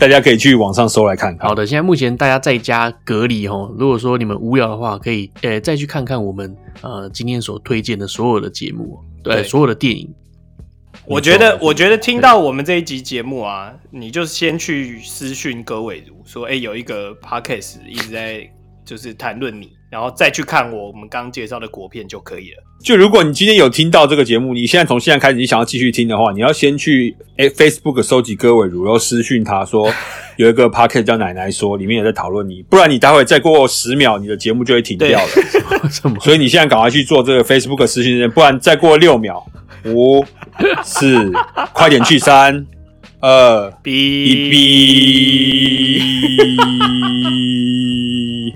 S2: 大家可以去网上搜来看看。
S1: 好的，现在目前大家在家隔离哦，如果说你们无聊的话，可以呃再去看看我们呃今天所推荐的所有的节目哦，对，
S3: 对
S1: 所有的电影，
S3: 我觉得，我觉得听到我们这一集节目啊，你就先去私讯葛伟如说，哎、有一个 podcast 一直在就是谈论你，然后再去看我我们刚介绍的国片就可以了。
S2: 就如果你今天有听到这个节目，你现在从现在开始，你想要继续听的话，你要先去诶 Facebook 收集戈伟如，然后私讯他说 有一个 p o c a s t 叫奶奶说，里面也在讨论你，不然你待会再过十秒，你的节目就会停掉了。
S1: 什 么？
S2: 所以你现在赶快去做这个 Facebook 私信认，不然再过六秒，五、四，快点去三、二、一
S3: 哔
S2: 哔。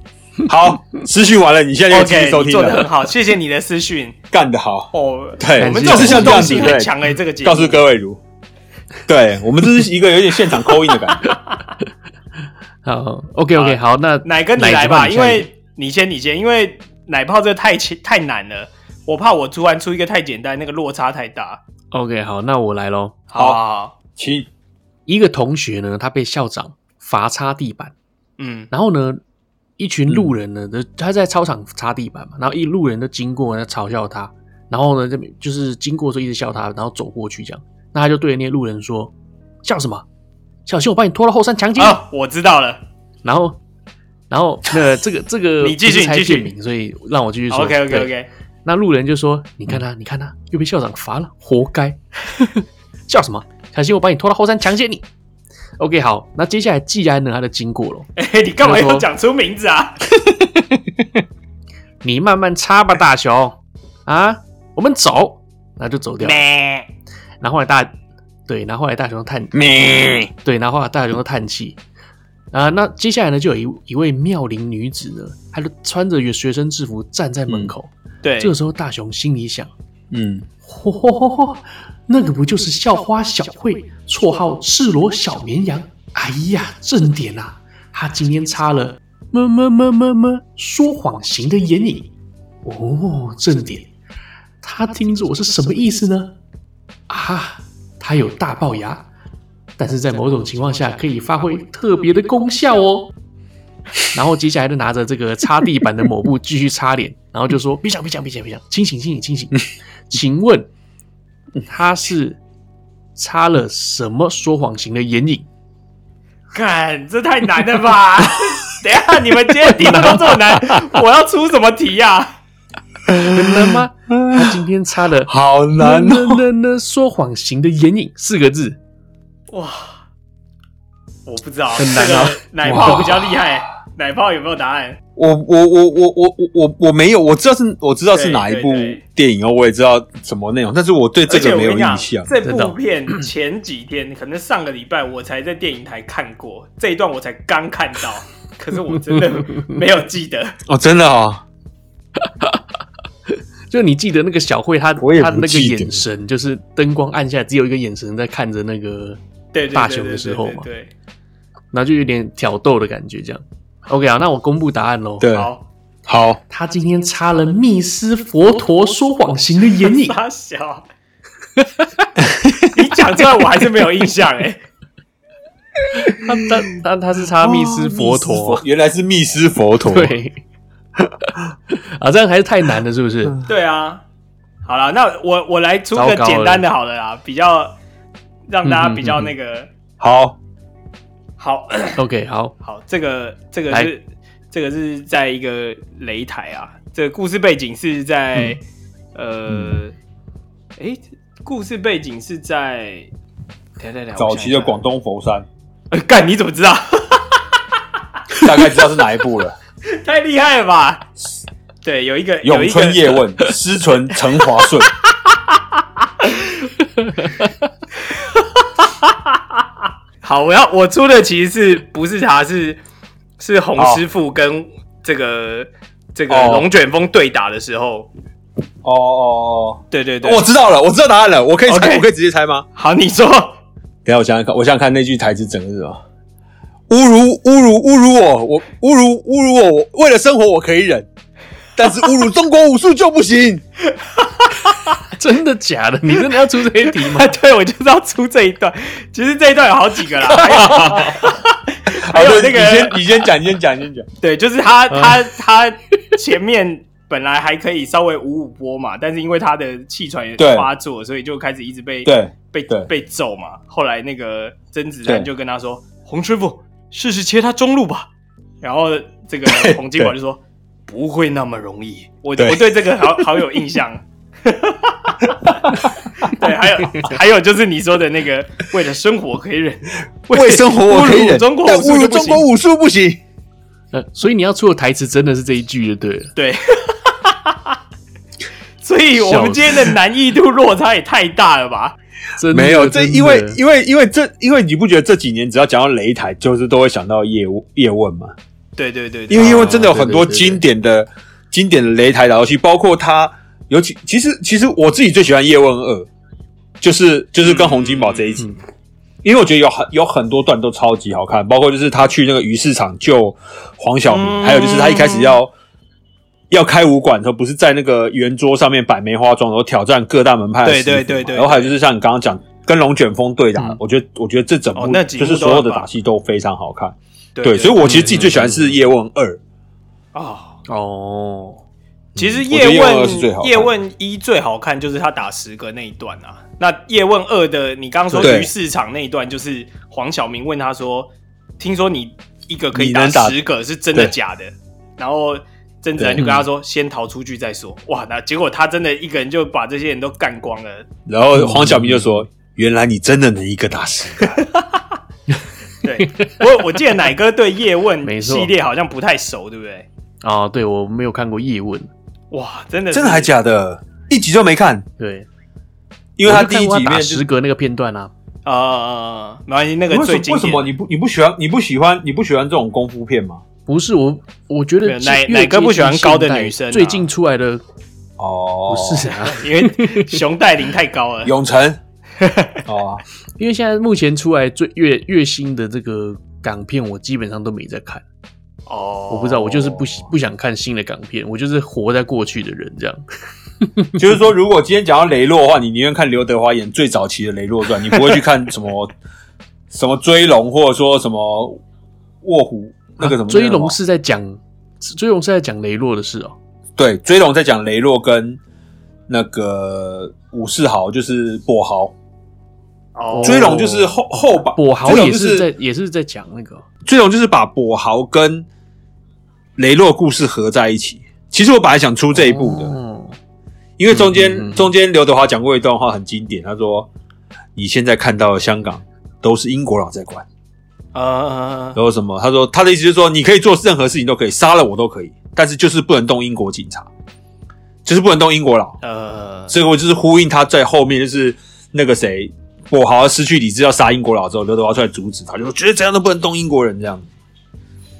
S2: 好，私讯完了，你现在就继续收
S3: OK，
S2: 听
S3: 你做的
S2: 了
S3: 很，好，谢谢你的私讯
S2: 干得好。
S3: 哦。
S2: 对
S3: 我们
S1: 就是哎
S3: 这种
S1: 像这
S3: 动
S1: 样
S2: 子
S3: 性
S2: 对
S3: 很强哎、这个节目
S2: 告诉各位如，对我们这是一个有点现场扣印的感觉。
S1: 好，OK OK，好，那
S3: 奶哥你
S1: 奶
S3: 来
S1: 一个换
S3: 吧，
S1: 你
S3: 因为你先你先，因为奶泡这个太轻太难了，我怕我突然出一个太简单，那个落差太大。
S1: OK 好，那我来喽。
S3: 好
S2: 好
S3: 好好，
S2: 请
S1: 一个同学呢，他被校长罚擦地板，
S3: 嗯，
S1: 然后呢，一群路人呢，就他在操场擦地板嘛，然后一路人都经过，在嘲笑他，然后呢，这边就是经过的时候一直笑他，然后走过去这样，那他就对那些路人说：“笑什么？小心我把你拖到后山强奸！”
S3: 啊，我知道了。
S1: 然后，然后那个这个这个
S3: 你继
S1: 不
S3: 续
S1: 是
S3: 你继续
S1: 猜店名所以让我继续说。
S3: OK OK
S1: 对
S3: OK，
S1: 那路人就说：“你看他，你看他，又被校长罚了，活该！ 笑什么？小心我把你拖到后山强奸你。” OK，好，那接下来季安呢，他就经过了，
S3: 哎、你干嘛要讲出名字啊？
S1: 你慢慢擦吧，大雄啊，我们走，那就走掉了。
S3: 咩
S1: 然后后来大，对，然后后来大雄叹，
S2: 咩，
S1: 对，然后后来大雄就叹气。啊，那接下来呢，就有一一位妙龄女子呢，她就穿着学生制服站在门口。
S3: 对
S1: 这，个时候，大雄心里想：
S2: 嗯，
S1: 嚯嚯嚯嚯， 那个不就是校花小慧，绰号赤裸小绵羊？哎呀，正点啊，她今天擦了么么么么么说谎型的眼影。哦，正点，她听着我是什么意思呢？啊，她有大龅牙，但是在某种情况下可以发挥特别的功效哦。然后接下来就拿着这个擦地板的抹布继续擦脸，然后就说：“ 别想，别想，别想，别想，清醒，清醒，清醒。”请问他是擦了什么说谎型的眼 影？
S3: 看这太难了吧？ 等一下你们今天题目都这么难，我要出什么题呀、啊？
S1: 很难吗？他今天擦了
S2: 好难
S1: 呢
S2: 哦。
S1: 呢呢说谎型的眼影四个字，
S3: 哇，我不知道，
S1: 很难啊
S3: 这个奶泡比较厉害，欸奶泡有没有答案？
S2: 我我我我我我我我没有，我知道是我知道是哪一部
S3: 对对对
S2: 电影哦，我也知道什么内容，但是我对这
S3: 而且
S2: 个
S3: 我
S2: 没有
S3: 跟你
S2: 印
S3: 讲，
S2: 象。
S3: 这
S1: 真的哦
S3: 部片前几天，可能上个礼拜我才在电影台看过这一段，我才刚看到，可是我 真的没有记得。
S2: 哦，真的哦，
S1: 就你记得那个小慧她
S2: 我也不
S1: 她的那个
S2: 记得
S1: 眼神，就是灯光暗下只有一个眼神在看着那个，
S3: 对对对对对
S1: 大雄的时候嘛
S3: 对，
S1: 然后就有点挑逗的感觉这样。OK 啊，那我公布答案喽。，
S2: 对，
S3: 好，
S2: 好，
S1: 他今天擦了密斯佛陀说谎型的眼 影，
S3: 傻小， 你讲出来我还是没有印象哎、
S1: 他他他他是擦密斯佛陀啊，
S2: 原来是哦密斯佛陀，，
S1: 对， 啊，这样还是太难了，是不是？
S2: 嗯
S3: 对啊，好了，那我我来出
S1: 糟
S3: 个
S1: 糕了嗯
S3: 简单的好了啦，比较让大家比较那个、
S2: 好，
S3: 好
S1: OK，好，
S3: 好，这个这个
S1: 来
S3: 是这个是在一个擂台啊，这个故事背景是在、呃，诶，故事背景是在。等一下等一下我
S2: 早
S3: 想
S2: 期
S3: 一
S2: 的
S3: 下
S2: 广东佛山，
S3: 呃干，你怎么知道？
S2: 大概知道是哪一部了。
S3: 太厉害了吧！对，有一个有
S2: 咏
S3: 一
S2: 春
S3: 个
S2: 叶问，师存陈华 顺，
S3: 好，我要我出的其实是不是他是是洪
S2: 哦
S3: 师傅跟这个、这个
S2: 哦
S3: 龙卷风对打的时候，
S2: 哦哦
S3: 对对
S2: 哦，
S3: 对，
S2: 我知道了，我知道答案了，我可以猜，
S3: OK
S2: 我可以直接猜吗？
S3: 好，你说
S2: 等一下我想想看，我想想看那句台词整个是什么？侮辱侮辱侮辱我，我侮辱侮辱我，我为了生活我可以忍，但是侮辱中国武术就不 行。
S1: 真的假的？你真的要出这一题吗？
S3: 啊， 对我就是要出这一段，其实这一段有好几个啦，还有
S2: 还
S3: 有那
S2: 你
S3: 个
S2: 先你先讲，你先讲，你先 讲。
S3: 对，就是他
S2: 嗯
S3: 他他前面本来还可以稍微舞舞波嘛，但是因为他的气喘也
S2: 对
S3: 发作，所以就开始一直被
S2: 对，
S3: 被
S2: 对
S3: 被揍嘛。后来那个甄子丹
S2: 对
S3: 就跟他说：“洪师傅，试试切他中 路吧。”然后这个洪金宝就说：“不会那么容易。我”我
S2: 对
S3: 对这 个好好有印象。 对，还有还有就是你说的那个，为了生活可以忍，
S2: 为生活我可以
S3: 侮辱
S2: 忍，
S3: 中国
S2: 但
S3: 武术
S2: 侮
S3: 就
S2: 辱
S3: 不
S2: 中
S3: 行
S2: 国武术不行。
S1: 呃，所以你要出的台词真的是这一句就对了。
S3: 对，所以我们今天的难易度落差也太大了吧？
S1: 真的
S2: 没有，这
S1: 真的
S2: 因为因为因为这因为你不觉得这几年只要讲到擂台，就是都会想到叶问叶问吗？
S3: 对对对对
S2: 因为叶问真的有很多
S1: 对对对对
S2: 经典的经典的擂台打游戏，包括他，尤其其实其实我自己最喜欢叶问二，就是就是跟洪金宝这一集，
S1: 嗯
S2: 因为我觉得有很有很多段都超级好看，包括就是他去那个鱼市场救黄晓明，
S3: 嗯
S2: 还有就是他一开始要。要开武馆的时候，不是在那个圆桌上面摆梅花桩，然后挑战各大门派的
S3: 对
S2: 师傅
S3: 对
S2: 嘛
S3: 对对
S2: 然后还有就是像你刚刚讲跟龙卷风对打
S1: 嗯，
S2: 我觉得我觉得这整
S3: 哦
S2: 部
S3: 那几部
S2: 就是
S3: 都
S2: 所有的
S3: 很棒
S2: 打戏都非常好看。
S3: 对
S2: 对，所以我其实
S1: 嗯
S2: 自己最喜欢是《叶问二》，
S3: 啊。
S1: 哦，
S3: 其实
S2: 嗯
S3: 叶
S2: 我觉得叶问二是最
S3: 问
S2: 好看
S3: 叶问一最好看就是他打十个那一段啊。那叶问二的你刚刚说
S2: 对
S3: 鱼市场那一段，就是黄晓明问他说：“听说你一个可以打
S2: 你能打
S3: 十个，是真的
S2: 对
S3: 假的？”然后甄子丹就跟他说：“先逃出去再说。”哇，那结果他真的一个人就把这些人都干光了。
S2: 然后黄晓明就说：“原来你真的能一个打十 个。
S3: 对我，我记得奶哥对叶问
S1: 没错
S3: 系列好像不太熟，对不对？
S1: 啊，对我没有看过叶问，
S3: 哇，真的”是
S2: 真的还假的？一集都没看，
S1: 对，
S2: 因为
S1: 我
S2: 他
S1: 就看
S2: 第一集
S1: 过
S2: 里
S1: 他
S2: 面
S1: 打
S2: 就
S1: 十格那个片段啊，
S3: 啊啊啊啊！没关系，那个
S2: 为什
S3: 最
S2: 么
S3: 经
S2: 为什
S3: 典
S2: 么你不你不喜欢你不喜欢你不喜欢这种功夫片吗？
S1: 不是我，我觉
S3: 没有
S1: 得
S3: 哪
S1: 越
S3: 哪个
S1: 接
S3: 不喜欢
S1: 近
S3: 高的
S1: 现代
S3: 女生啊
S1: 最近出来的
S2: 哦
S1: 不是啊，
S3: 因为熊黛林太高了。
S2: 永 成哦，
S1: 因为现在目前出来最越越新的这个港片，我基本上都没在看。
S3: 哦，
S1: 我不知道，我就是不喜不想看新的港片，我就是活在过去的人这样。
S2: 就是说，如果今天讲到雷洛的话，你宁愿看刘德华演最早期的《雷洛传》，你不会去看什么什么追龙，或者说什么卧虎那个什么啊
S1: 追
S2: 那个什么
S1: 龙是在讲追龙是在讲雷洛的事哦、
S2: 对，追龙在讲雷洛跟那个武士豪，就是跛豪。
S3: 哦
S2: 追龙就是后后把
S1: 跛豪
S2: 追龙
S1: 也
S2: 就是
S1: 在也是在讲那个哦
S2: 追龙就是把跛豪跟雷洛故事合在一起。其实我本来想出这一部的，
S1: 哦
S2: 因为中间、
S1: 嗯嗯嗯
S2: 中间刘德华讲过一段话很经典，他说：“你现在看到的香港都是英国佬在管。”
S3: 呃，
S2: 然后什么？他说他的意思就是说，你可以做任何事情都可以，杀了我都可以，但是就是不能动英国警察，就是不能动英国佬。
S3: 呃，
S2: 所以我就是呼应他在后面，就是那个谁，我好像失去理智要杀英国佬之后，刘德华出来阻止他，就说觉得怎样都不能动英国人这样。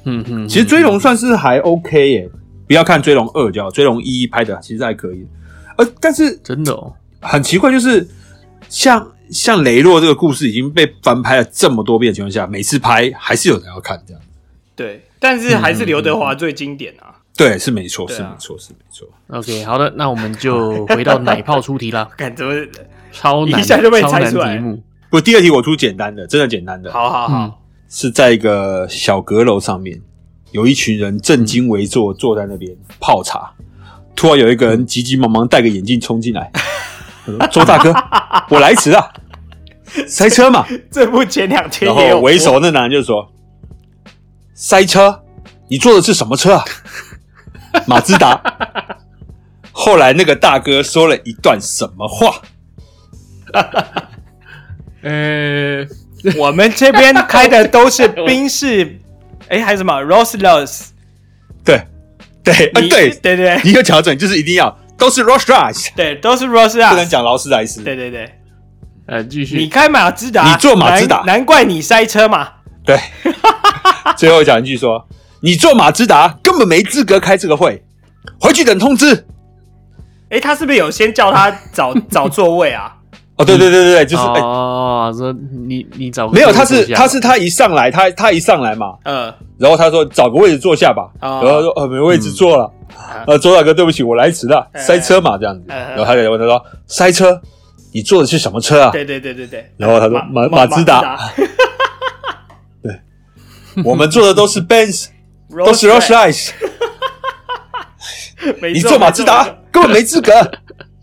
S1: 嗯嗯，
S2: 其实《追龙》算是还 OK 耶，不要看《追龙二》就好，《追龙一》拍的其实还可以。呃，但是
S1: 真的哦、
S2: 很奇怪，就是像像雷洛这个故事已经被翻拍了这么多遍的情况下，每次拍还是有人要看这样。
S3: 对，但是还是刘德华最经典啊。
S2: 对，是没错，
S3: 对啊，
S2: 是没错，是没错。
S1: OK，好的，那我们就回到奶泡出题 啦
S3: 看怎么？
S1: 超难，
S3: 一下就被
S1: 超
S3: 猜
S1: 难
S3: 出来
S1: 题目。
S2: 不，第二题我出简单的，真的简单的。
S3: 好好
S2: 嗯
S3: 好，
S2: 是在一个小阁楼上面，有一群人正襟危坐坐在那边泡茶。突然有一个人急急忙忙戴个眼镜冲进来，他说周 大哥，我来迟了，塞车嘛。
S3: 这部前两天
S2: 然
S3: 也有
S2: 后
S3: 播
S2: 为首那男人就说：“塞车，你坐的是什么 车啊？马自达。”后来那个大哥说了一段什么话？
S1: 呃，
S3: 我们这边 开的都是宾士，哎，还有什么 Rose Rose，
S2: 对，对，啊
S3: 你
S2: 对，
S3: 对对
S2: 你有讲到重点，就是一定要都是 Rolls Royce，
S3: 对，都是 Rolls
S2: 不能
S3: Royce。
S2: 讲劳斯莱斯。
S3: 对对对，
S1: 呃，继
S3: 你
S1: 续，
S3: 开马自达，
S2: 你坐马自达
S3: 难难怪你塞车嘛。
S2: 对， 最后讲一句说，你做马自达根本没资格开这个会，回去等通知。
S3: 哎，他是不是有先叫他找 找座位啊？
S2: 哦，对对对对对，就是、哎
S1: 哦，说你你找个
S2: 没有，
S1: 位置
S2: 他是
S1: 坐下
S2: 他是他一上来，他他一上来嘛，
S3: 呃，
S2: 然后他说找个位置坐下吧，
S3: 哦
S2: 然后他说呃没位置坐了，呃周大哥对不起，我来迟了，
S3: 哎
S2: 塞车嘛这样子，
S3: 哎哎
S2: 然后他就问他说塞车，你坐的是什么车啊？
S3: 对对对对对。
S2: 然后他说马马自达，我们坐的都是 Benz，都是 Rolls Royce，
S3: 没
S2: 你
S3: 错
S2: 坐马
S3: 没
S2: 自
S3: 错
S2: 达
S3: 没错
S2: 根本没资格。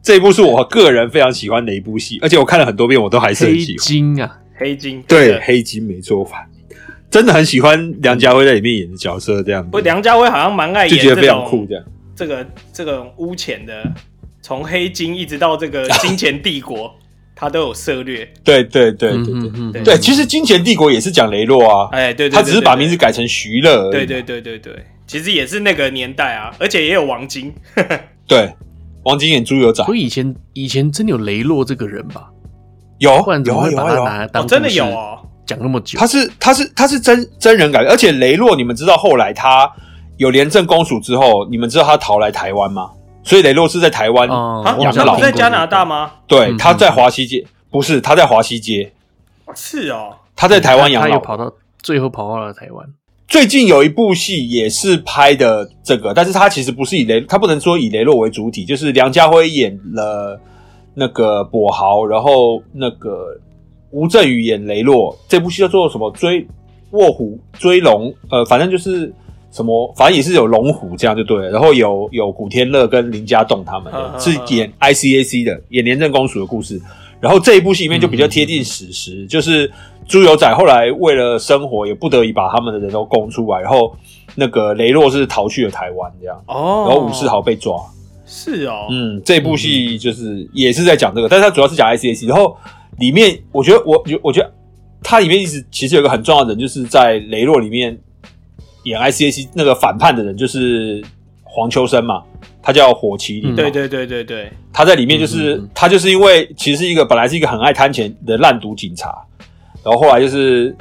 S2: 这一部是我个人非常喜欢的一部戏，而且我看了很多遍，我都还是很
S1: 黑
S2: 喜欢。
S1: 金啊，
S3: 黑金
S2: 对，
S3: 黑。
S2: 黑金没错，我反真的很喜欢梁家辉在里面演的角色，这样子
S3: 不，梁家辉好像蛮爱
S2: 就
S3: 演
S2: 觉
S3: 这
S2: 得非常
S3: 种
S2: 酷，这样。
S3: 这个这种污钱的，从黑金一直到这个金钱帝国， 他都有涉略。
S2: 对对对对对
S1: 嗯嗯嗯
S2: 对，其实《金钱帝国》也是讲雷洛啊，
S3: 哎，对对对，
S2: 他只是
S3: 对
S2: 把名字。改成徐乐而已。
S3: 对对对对对，其实也是那个年代啊，而且也有王晶。
S2: 对，王晶演猪油仔
S1: 所以以前以前真的有雷洛这个人吧？
S2: 有
S1: 不然怎
S2: 有
S1: 么
S2: 啊
S1: 会
S2: 有
S1: 把
S2: 啊
S1: 他
S2: 有
S1: 拿
S2: 啊，
S1: 来当
S3: 哦，真的有哦。
S1: 讲那么久？
S2: 他是他是他是真真人改编，而且雷洛，你们知道后来他有廉政公署之后，你们知道他逃来台湾吗？所以雷洛是在台湾，
S1: 哦
S3: 啊，
S1: 我
S3: 不
S2: 养
S1: 好
S2: 老
S1: 像听
S3: 是在
S1: 过
S3: 加
S1: 这
S3: 拿
S1: 个
S3: 大吗？
S2: 对，
S1: 嗯
S2: 他在华西街，不是他在华西街，
S3: 是哦，
S2: 他在台湾
S1: 嗯他
S2: 养
S1: 他
S2: 老
S1: 又。跑到最后跑到了台湾，
S2: 最近有一部戏也是拍的这个，但是他其实不是以雷，他不能说以雷洛为主体，就是梁家辉演了那个跛豪，然后那个吴镇宇演雷洛，这部戏叫做什么追卧虎追龙，呃，反正就是什么，反正也是有龙虎这样就对了，然后有有古天乐跟林家栋他们
S3: 嗯嗯
S2: 的，是演 ICAC 的，演廉政公署的故事，然后这一部戏里面就
S3: 嗯
S2: 比较贴近史实，就是猪油仔后来为了生活，也不得已把他们的人都供出来，然后那个雷洛是逃去了台湾这样，
S3: 哦，
S2: 然后武士豪被抓。
S3: 是哦，
S2: 嗯，这部戏就是也是在讲这个，但是它主要是讲 E ICAC，然后里面我觉得我我我觉得它里面一直其实有一个很重要的人，就是在雷洛里面演 ICAC 那个反叛的人就是黄秋生嘛，他叫火麒麟
S1: 嗯
S2: 嘛，
S3: 对对对对对，
S2: 他在里面就是、
S1: 嗯嗯嗯
S2: 他就是因为其实是一个本来是一个很爱贪钱的烂赌警察，然后后来就是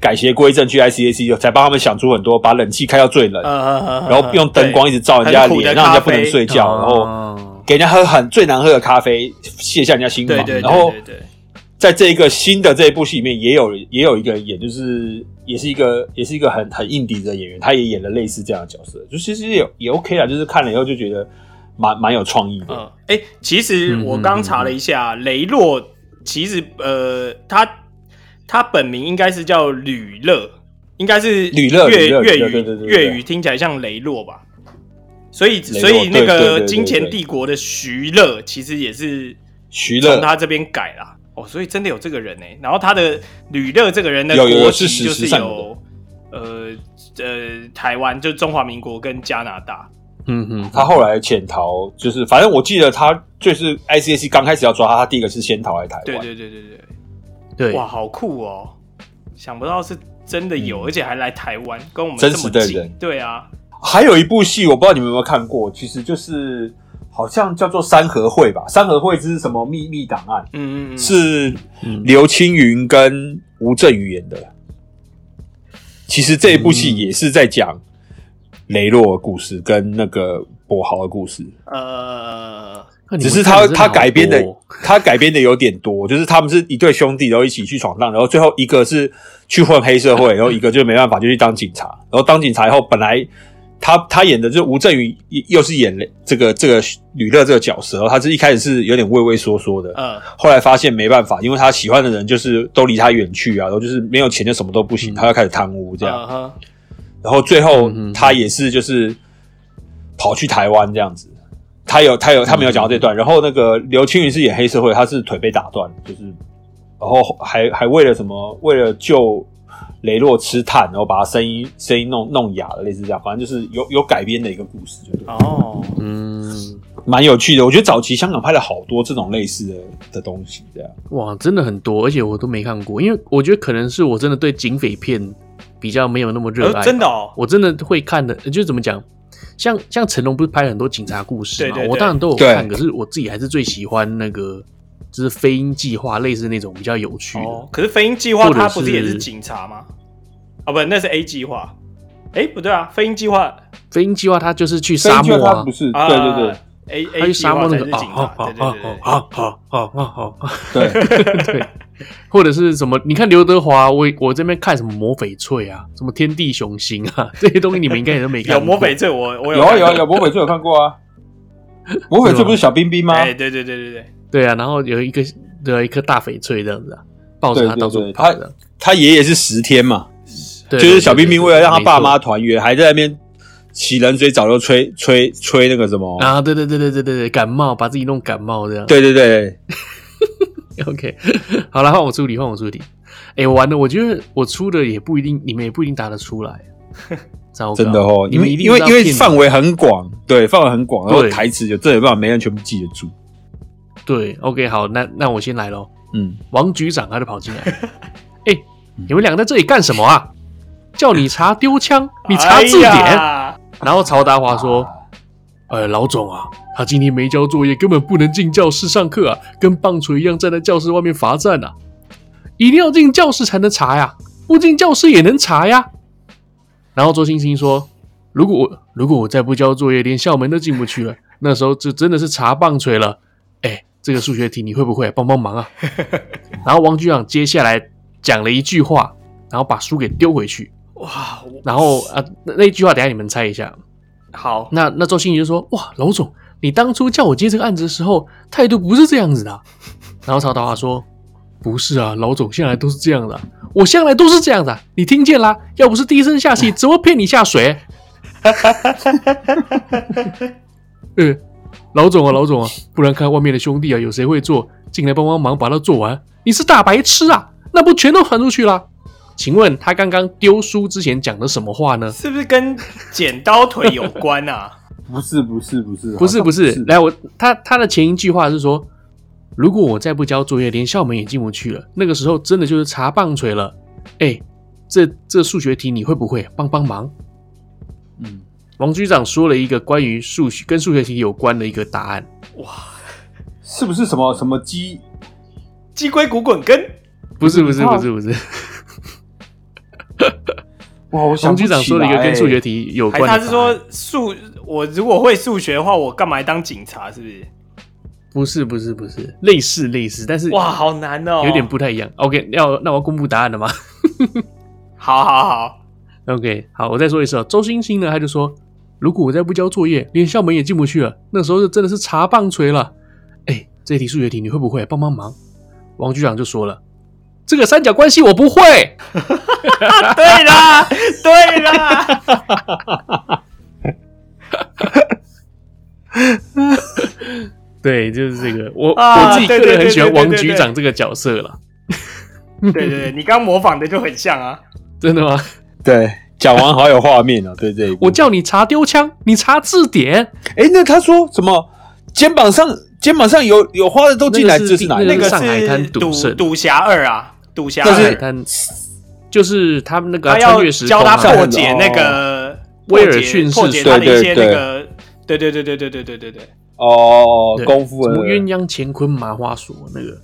S2: 改邪归正去 ICAC，才帮他们想出很多把冷气开到最冷，
S3: 呃，
S2: 然后用灯光一
S3: 直
S2: 直照人家
S3: 很苦的
S2: 脸，让人家
S3: 咖啡哦
S2: 不能睡觉，
S1: 啊
S2: 然后
S1: 后
S2: 给人家喝很最难喝的咖啡，卸下人家心
S3: 对
S2: 防。
S3: 对对
S2: 然后
S3: 对对，
S2: 在这一个新的这一部戏里面，也有也有一个人演，就是也是一个也是一个很很硬底的演员，他也演了类似这样的角色，就其实也也 OK 啦，就是看了以后就觉得蛮蛮有创意的。
S3: 嗯，哎、其实
S2: 嗯
S3: 我刚查了一下，雷洛其实呃，他他本名应该是叫吕乐，应该是
S2: 吕乐
S3: 粤
S2: 吕乐
S3: 粤
S2: 吕乐对对
S3: 语
S2: 对对
S3: 粤语听起来像雷洛吧？所以
S2: 雷洛
S3: 所以那
S2: 对对对
S3: 个
S2: 对对
S3: 金钱帝国的徐乐其实也是
S2: 徐乐
S3: 从他这边改啦。哦，所以真的有这个人呢、欸然后他的吕乐这个人的
S2: 有有有
S3: 国籍
S2: 是
S3: 就
S2: 史实
S3: 是
S2: 上
S3: 有呃呃台湾，就是中华民国跟加拿大。
S1: 嗯嗯，
S2: 他后来潜逃，就是反正我记得他就是 ICAC 刚开始要抓他，他第一个是先逃来台湾。
S3: 对对对对对。
S1: 对
S3: 哇，好酷哦！想不到是真的有，
S2: 嗯
S3: 而且还来台湾，跟我们
S2: 真
S3: 这
S2: 实
S3: 么
S2: 的
S3: 近。
S2: 人
S3: 对啊，
S2: 还有一部戏，我不知道你们有没有看过，其实就是好像叫做《三合会》吧，《三合会》这是什么秘密档案？
S3: 嗯嗯嗯，
S2: 是
S1: 嗯
S2: 刘青云跟吴镇宇演的。其实这一部戏
S1: 嗯
S2: 也是在讲雷洛的故事跟那个跛豪的故事。
S3: 呃，
S1: 那你
S2: 只
S1: 们
S2: 是
S1: 看
S2: 他
S1: 得真的
S2: 他
S1: 好
S2: 改编的
S1: 多哦，
S2: 他改编的有点多，就是他们是一对兄弟，然后一起去闯荡，然后最后一个是去混黑社会，然后一个就没办法就去当警察，然后当警察以后，本来他他演的就是吴镇宇，又是演了这个这个吕乐这个角色，然后他是一开始是有点畏畏缩缩的，
S1: 嗯
S3: 呃，
S2: 后来发现没办法，因为他喜欢的人就是都离他远去啊，然后就是没有钱就什么都不行，
S1: 嗯
S2: 他要开始贪污这样，
S3: 嗯哼
S2: 然后最后
S1: 嗯嗯嗯
S2: 他也是就是跑去台湾这样子。他有他有他没有讲到这段，然后那个刘青云是演黑社会，他是腿被打断，就是然后还还为了什么为了救雷洛吃炭，然后把他声音声音弄弄哑了，类似这样，反正就是有有改编的一个故事，就对了
S3: 哦，
S1: 嗯，
S2: 蛮有趣的。我觉得早期香港拍了好多这种类似的的东西，这样
S1: 哇，真的很多，而且我都没看过，因为我觉得可能是我真的对警匪片比较没有那么热爱吧、
S3: 呃真的哦，
S1: 呃我真的会看的，就是怎么讲，像像成龙不是拍了很多警察故事嘛？
S3: 对对对
S1: 我当然都有看，
S2: 对
S1: 可是我自己还是最喜欢那个就是飞鹰计划，类似那种比较有趣的。
S3: 哦，可是飞鹰计划
S1: 或者
S3: 它不是也
S1: 是
S3: 是警察吗？啊，不，那是 A 计划。哎，不对啊，飞鹰计划
S1: 飞鹰计划它就是去沙漠
S2: 他
S1: 啊
S2: 不，是，
S3: 啊，
S2: 对对
S3: ，A
S1: 它
S3: A
S1: 去
S3: 计
S1: 沙漠
S3: 划才
S1: 那
S3: 是
S1: 个
S3: 警
S1: 啊
S3: 察
S1: 啊，
S3: 对
S1: 啊
S3: 对
S1: 啊
S3: 对对。
S1: 啊啊啊啊啊，
S2: 对对，
S1: 对，或者是什么？你看刘德华，我我这边看什么魔翡翠啊，什么天地雄心啊， 这些东西你们应该也都没看过。
S3: 有魔翡翠，我我
S2: 有啊
S3: 看
S2: 有啊
S3: 过
S2: 有，魔翡翠有看过啊，魔翡翠不是小冰冰吗？
S3: 哎，对对对对对，
S1: 对啊，然后有一个有一颗大翡翠这样子啊，抱着它
S2: 对对
S1: 到处
S2: 对
S1: 跑的，
S2: 他爷爷是十天嘛，
S1: 对
S2: 就是小冰冰为了让他爸妈
S1: 没
S2: 团圆，还在那边洗冷水澡，又吹吹吹那个什么
S1: 错。啊，对对对对对对对，感冒把自己弄感冒这样。
S2: 对对对，
S1: OK，好了，换我出题，换我出题。哎、完了，我觉得我出的也不一定，你们也不一定答得出 来。糟糕，
S2: 真的哦，
S1: 你
S2: 因
S1: 们
S2: 为
S1: 一定
S2: 因为
S1: 是要
S2: 因为
S1: 骗我
S2: 范围很广，对，范围很广，然后
S1: 对
S2: 台词有这有办法，没人全部记得住。
S1: 对，OK，好，那那我先来喽。
S2: 嗯，
S1: 王局长他就跑进来， 哎、你们两个在这里干什么啊？叫你查丢枪，你查字典。
S3: 哎呀
S1: 然后曹达华说：“呃，老总啊，他今天没交作业，根本不能进教室上课啊，跟棒槌一样站在教室外面罚站啊，一定要进教室才能查呀，不进教室也能查呀。”然后周星星说：“如果我如果我再不交作业，连校门都进不去了，那时候就真的是查棒槌了。哎，这个数学题你会不会？帮帮忙啊！”然后王局长接下来讲了一句话，然后把书给丢回去。
S3: 哇，我
S1: 然后啊，那那一句话等一下你们猜一下。
S3: 好，
S1: 那那周星驰就说：“哇，老总，你当初叫我接这个案子的时候，态度不是这样子的啊、 然后曹达华说：“不是啊，老总向来都是这样的啊、我向来都是这样的啊、你听见啦？要不是低声下气，怎么骗你下水？” 呃，老总啊，老总啊，不然看外面的兄弟啊，有谁会做，进来帮帮忙，把它做完。你是大白痴啊，那不全都传出去啦？请问他刚刚丢书之前讲的什么话呢？
S3: 是不是跟剪刀腿有关啊？
S2: 不是不是不是
S1: 不是不是，来我他他的前一句话是说，如果我再不交作业，连校门也进不去了，那个时候真的就是查棒槌了。哎、这这数学题你会不会？帮帮忙！
S2: 嗯，
S1: 王局长说了一个关于数学跟数学题有关的一个答案，
S2: 是不是什么什么鸡？
S3: 鸡龟骨滚根，
S1: 不是不是不是不是，
S2: 哇，我
S1: 王
S2: 想
S1: 局长说了一个跟
S2: 欸
S1: 数学题有
S3: 欸还
S1: 关
S3: 是
S1: 的答
S3: 他
S1: 案，
S3: 是说数？我如果会数学的话，我干嘛当警察？是不是？
S1: 不是不是不是类似类似，但是
S3: 哇，好难哦，
S1: 有点不太一样。OK，要那我要公布答案了吗？
S3: 好好好，
S1: OK，好，我再说一次、哦，周星星呢，他就说，如果我再不交作业，连校门也进不去了，那时候是真的是查棒槌了。哎，这题数学题你会不会？帮帮忙！王局长就说了，这个三角关系我不会。
S3: 对啦，对啦，
S1: 对，就是这个，我、
S3: 啊
S1: 我自己个
S3: 对对
S1: 人很喜欢
S3: 对对
S1: 王
S3: 对
S1: 局
S3: 对
S1: 长这个角色了，
S3: 对对对，你刚模仿的就很像啊。
S1: 真的吗？
S2: 对。讲完好有画面哦，对这一
S1: 我叫你查丢枪，你查字典，
S2: 哎，那他说什么？肩膀上肩膀上有有花的都进来，
S1: 那个是
S2: 这是哪一
S1: 那
S3: 那
S1: 个
S3: 个
S1: 是上海滩
S3: 是
S1: 赌
S3: 赌
S1: 圣
S3: 赌侠二啊，赌侠
S2: 但是
S1: 海
S3: 二，
S1: 滩哎就是他们那个啊、
S3: 他
S1: 穿
S3: 要
S1: 越时空、
S3: 教他
S1: 啊，
S3: 破解那个
S1: 威尔
S3: 破解
S1: 逊式
S3: 破解他的一
S2: 对
S3: 些
S2: 对
S3: 那个，对对对对对对对对对
S2: 哦
S1: 对
S2: 功夫
S1: 什
S2: 的
S1: 么鸳鸯乾坤麻花锁那个。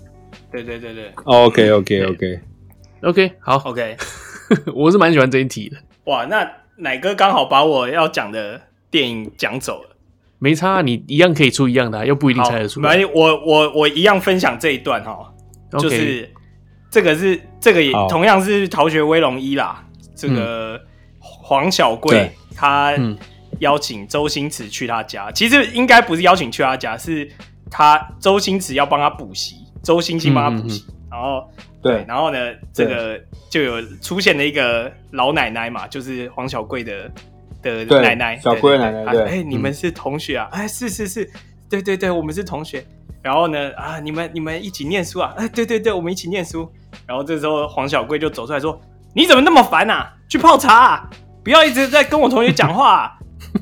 S3: 对对对对。
S2: OK OK OK，
S1: OK，好，
S3: OK，
S1: 我是蛮喜欢这一题的。
S3: 哇，那奶哥刚好把我要讲的电影讲走了，
S1: 没差啊，你一样可以出一样的啊、又不一定
S3: 好，
S1: 猜得出
S3: 没关
S1: 来。
S3: 系我我我一样分享这一段哈，就
S1: OK，
S3: 是这个是这个也
S2: 好
S3: 同样是《逃学威龙一》啦，这个黄小贵
S2: 对
S3: 他
S1: 嗯
S3: 邀请周星驰去他家，其实应该不是邀请去他家，是他周星驰要帮他补习，周星星帮他补习，
S1: 嗯
S3: 然后
S2: 对，
S3: 然后呢，这个就有出现了一个老奶奶嘛，就是黄小贵的的
S2: 对
S3: 奶奶，
S2: 小贵的奶奶
S3: 她
S2: 对嗯
S3: 哎，你们是同学啊？哎，是是是，对对对，我们是同学。然后呢，啊，你们你们一起念书啊？哎，对对对，我们一起念书。然后这时候黄小贵就走出来说：“你怎么那么烦啊？去泡茶、啊，不要一直在跟我同学讲话、 啊，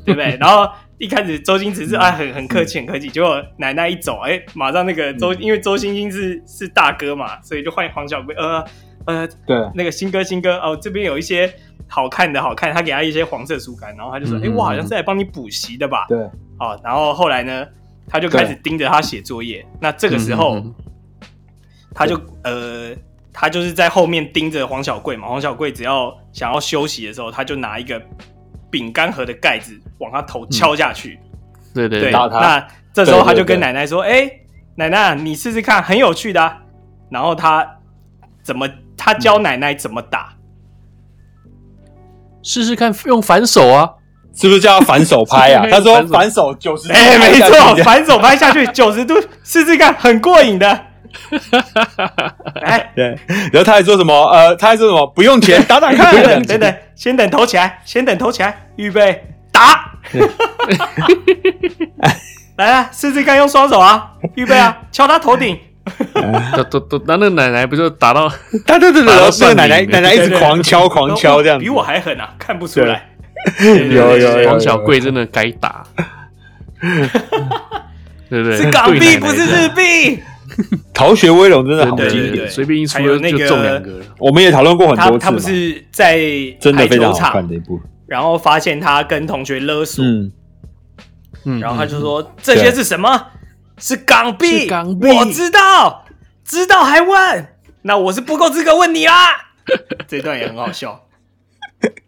S3: 对不对？”然后一开始周星驰是啊很很客气很客气，结果奶奶一走，哎，马上那个
S1: 嗯
S3: 周，因为周星星是是大哥嘛，所以就换黄小贵，呃呃，
S2: 对
S3: 那个新哥新哥哦，这边有一些好看的好看，他给他一些黄色书杆，然后他就说：“哎、
S2: 嗯
S3: 诶我好像是来帮你补习的吧
S2: 对，？”
S3: 啊，然后后来呢，他就开始盯着他写作业。那这个时候，
S1: 嗯
S3: 他就呃，他就是在后面盯着黄小贵嘛。黄小贵只要想要休息的时候，他就拿一个饼干盒的盖子往他头敲下去。
S1: 对对
S3: 对，
S1: 对，
S2: 打他
S3: 那这时候他
S2: 嗯
S3: 就
S2: 对对
S3: 跟
S2: 对
S3: 奶奶说：“哎、奶奶，你试试看，很有趣的啊、然后他怎么他教奶奶怎么打？
S1: 试试看用反手啊，
S2: 是不是叫他反手拍 啊？
S1: 是
S2: 他说
S1: 反手
S2: 反手九十，
S3: 哎、没错，反手拍下去九十度，试试看，很过 瘾的。哎，
S2: 对。然后他还说什么？呃，他还说什么？不用 钱，打打看。
S3: 等等等等，先等投起来，先等投起来，预备打！ 来啊，试试看用双手啊，预备啊，敲他头顶。
S1: 都都都，那那奶奶不就打 到？
S2: 对对对对，
S1: 打到
S2: 然后那个
S1: 算
S2: 奶奶
S1: 命
S2: 奶奶一
S3: 对
S2: 直
S3: 对
S2: 狂敲狂敲这样子，
S3: 比我还狠啊，看不出来。
S2: 有 有有有
S1: 黄小贵真的该 打，对不对？
S3: 是港币
S1: 对奶奶
S3: 不是日币。
S2: 逃学威龙真的好
S1: 对
S3: 对
S2: 经
S1: 对
S3: 对
S2: 典，
S1: 对，
S3: 对
S1: 随便一出
S3: 还有那
S1: 就
S3: 个
S1: 中两个了。
S2: 我们也讨论过很
S3: 他
S2: 多次
S3: 他
S2: 嘛
S3: 不是在
S2: 真的
S3: 排
S2: 非
S3: 球
S2: 常好看
S3: 场，
S2: 的一部，
S3: 然后发现他跟同学勒索，
S2: 嗯，
S1: 嗯，
S3: 然后他就说：“这些是什么？是港币，
S1: 是港币
S3: 我知道，知道还问？那我是不够资格问你啦。”这段也很好笑。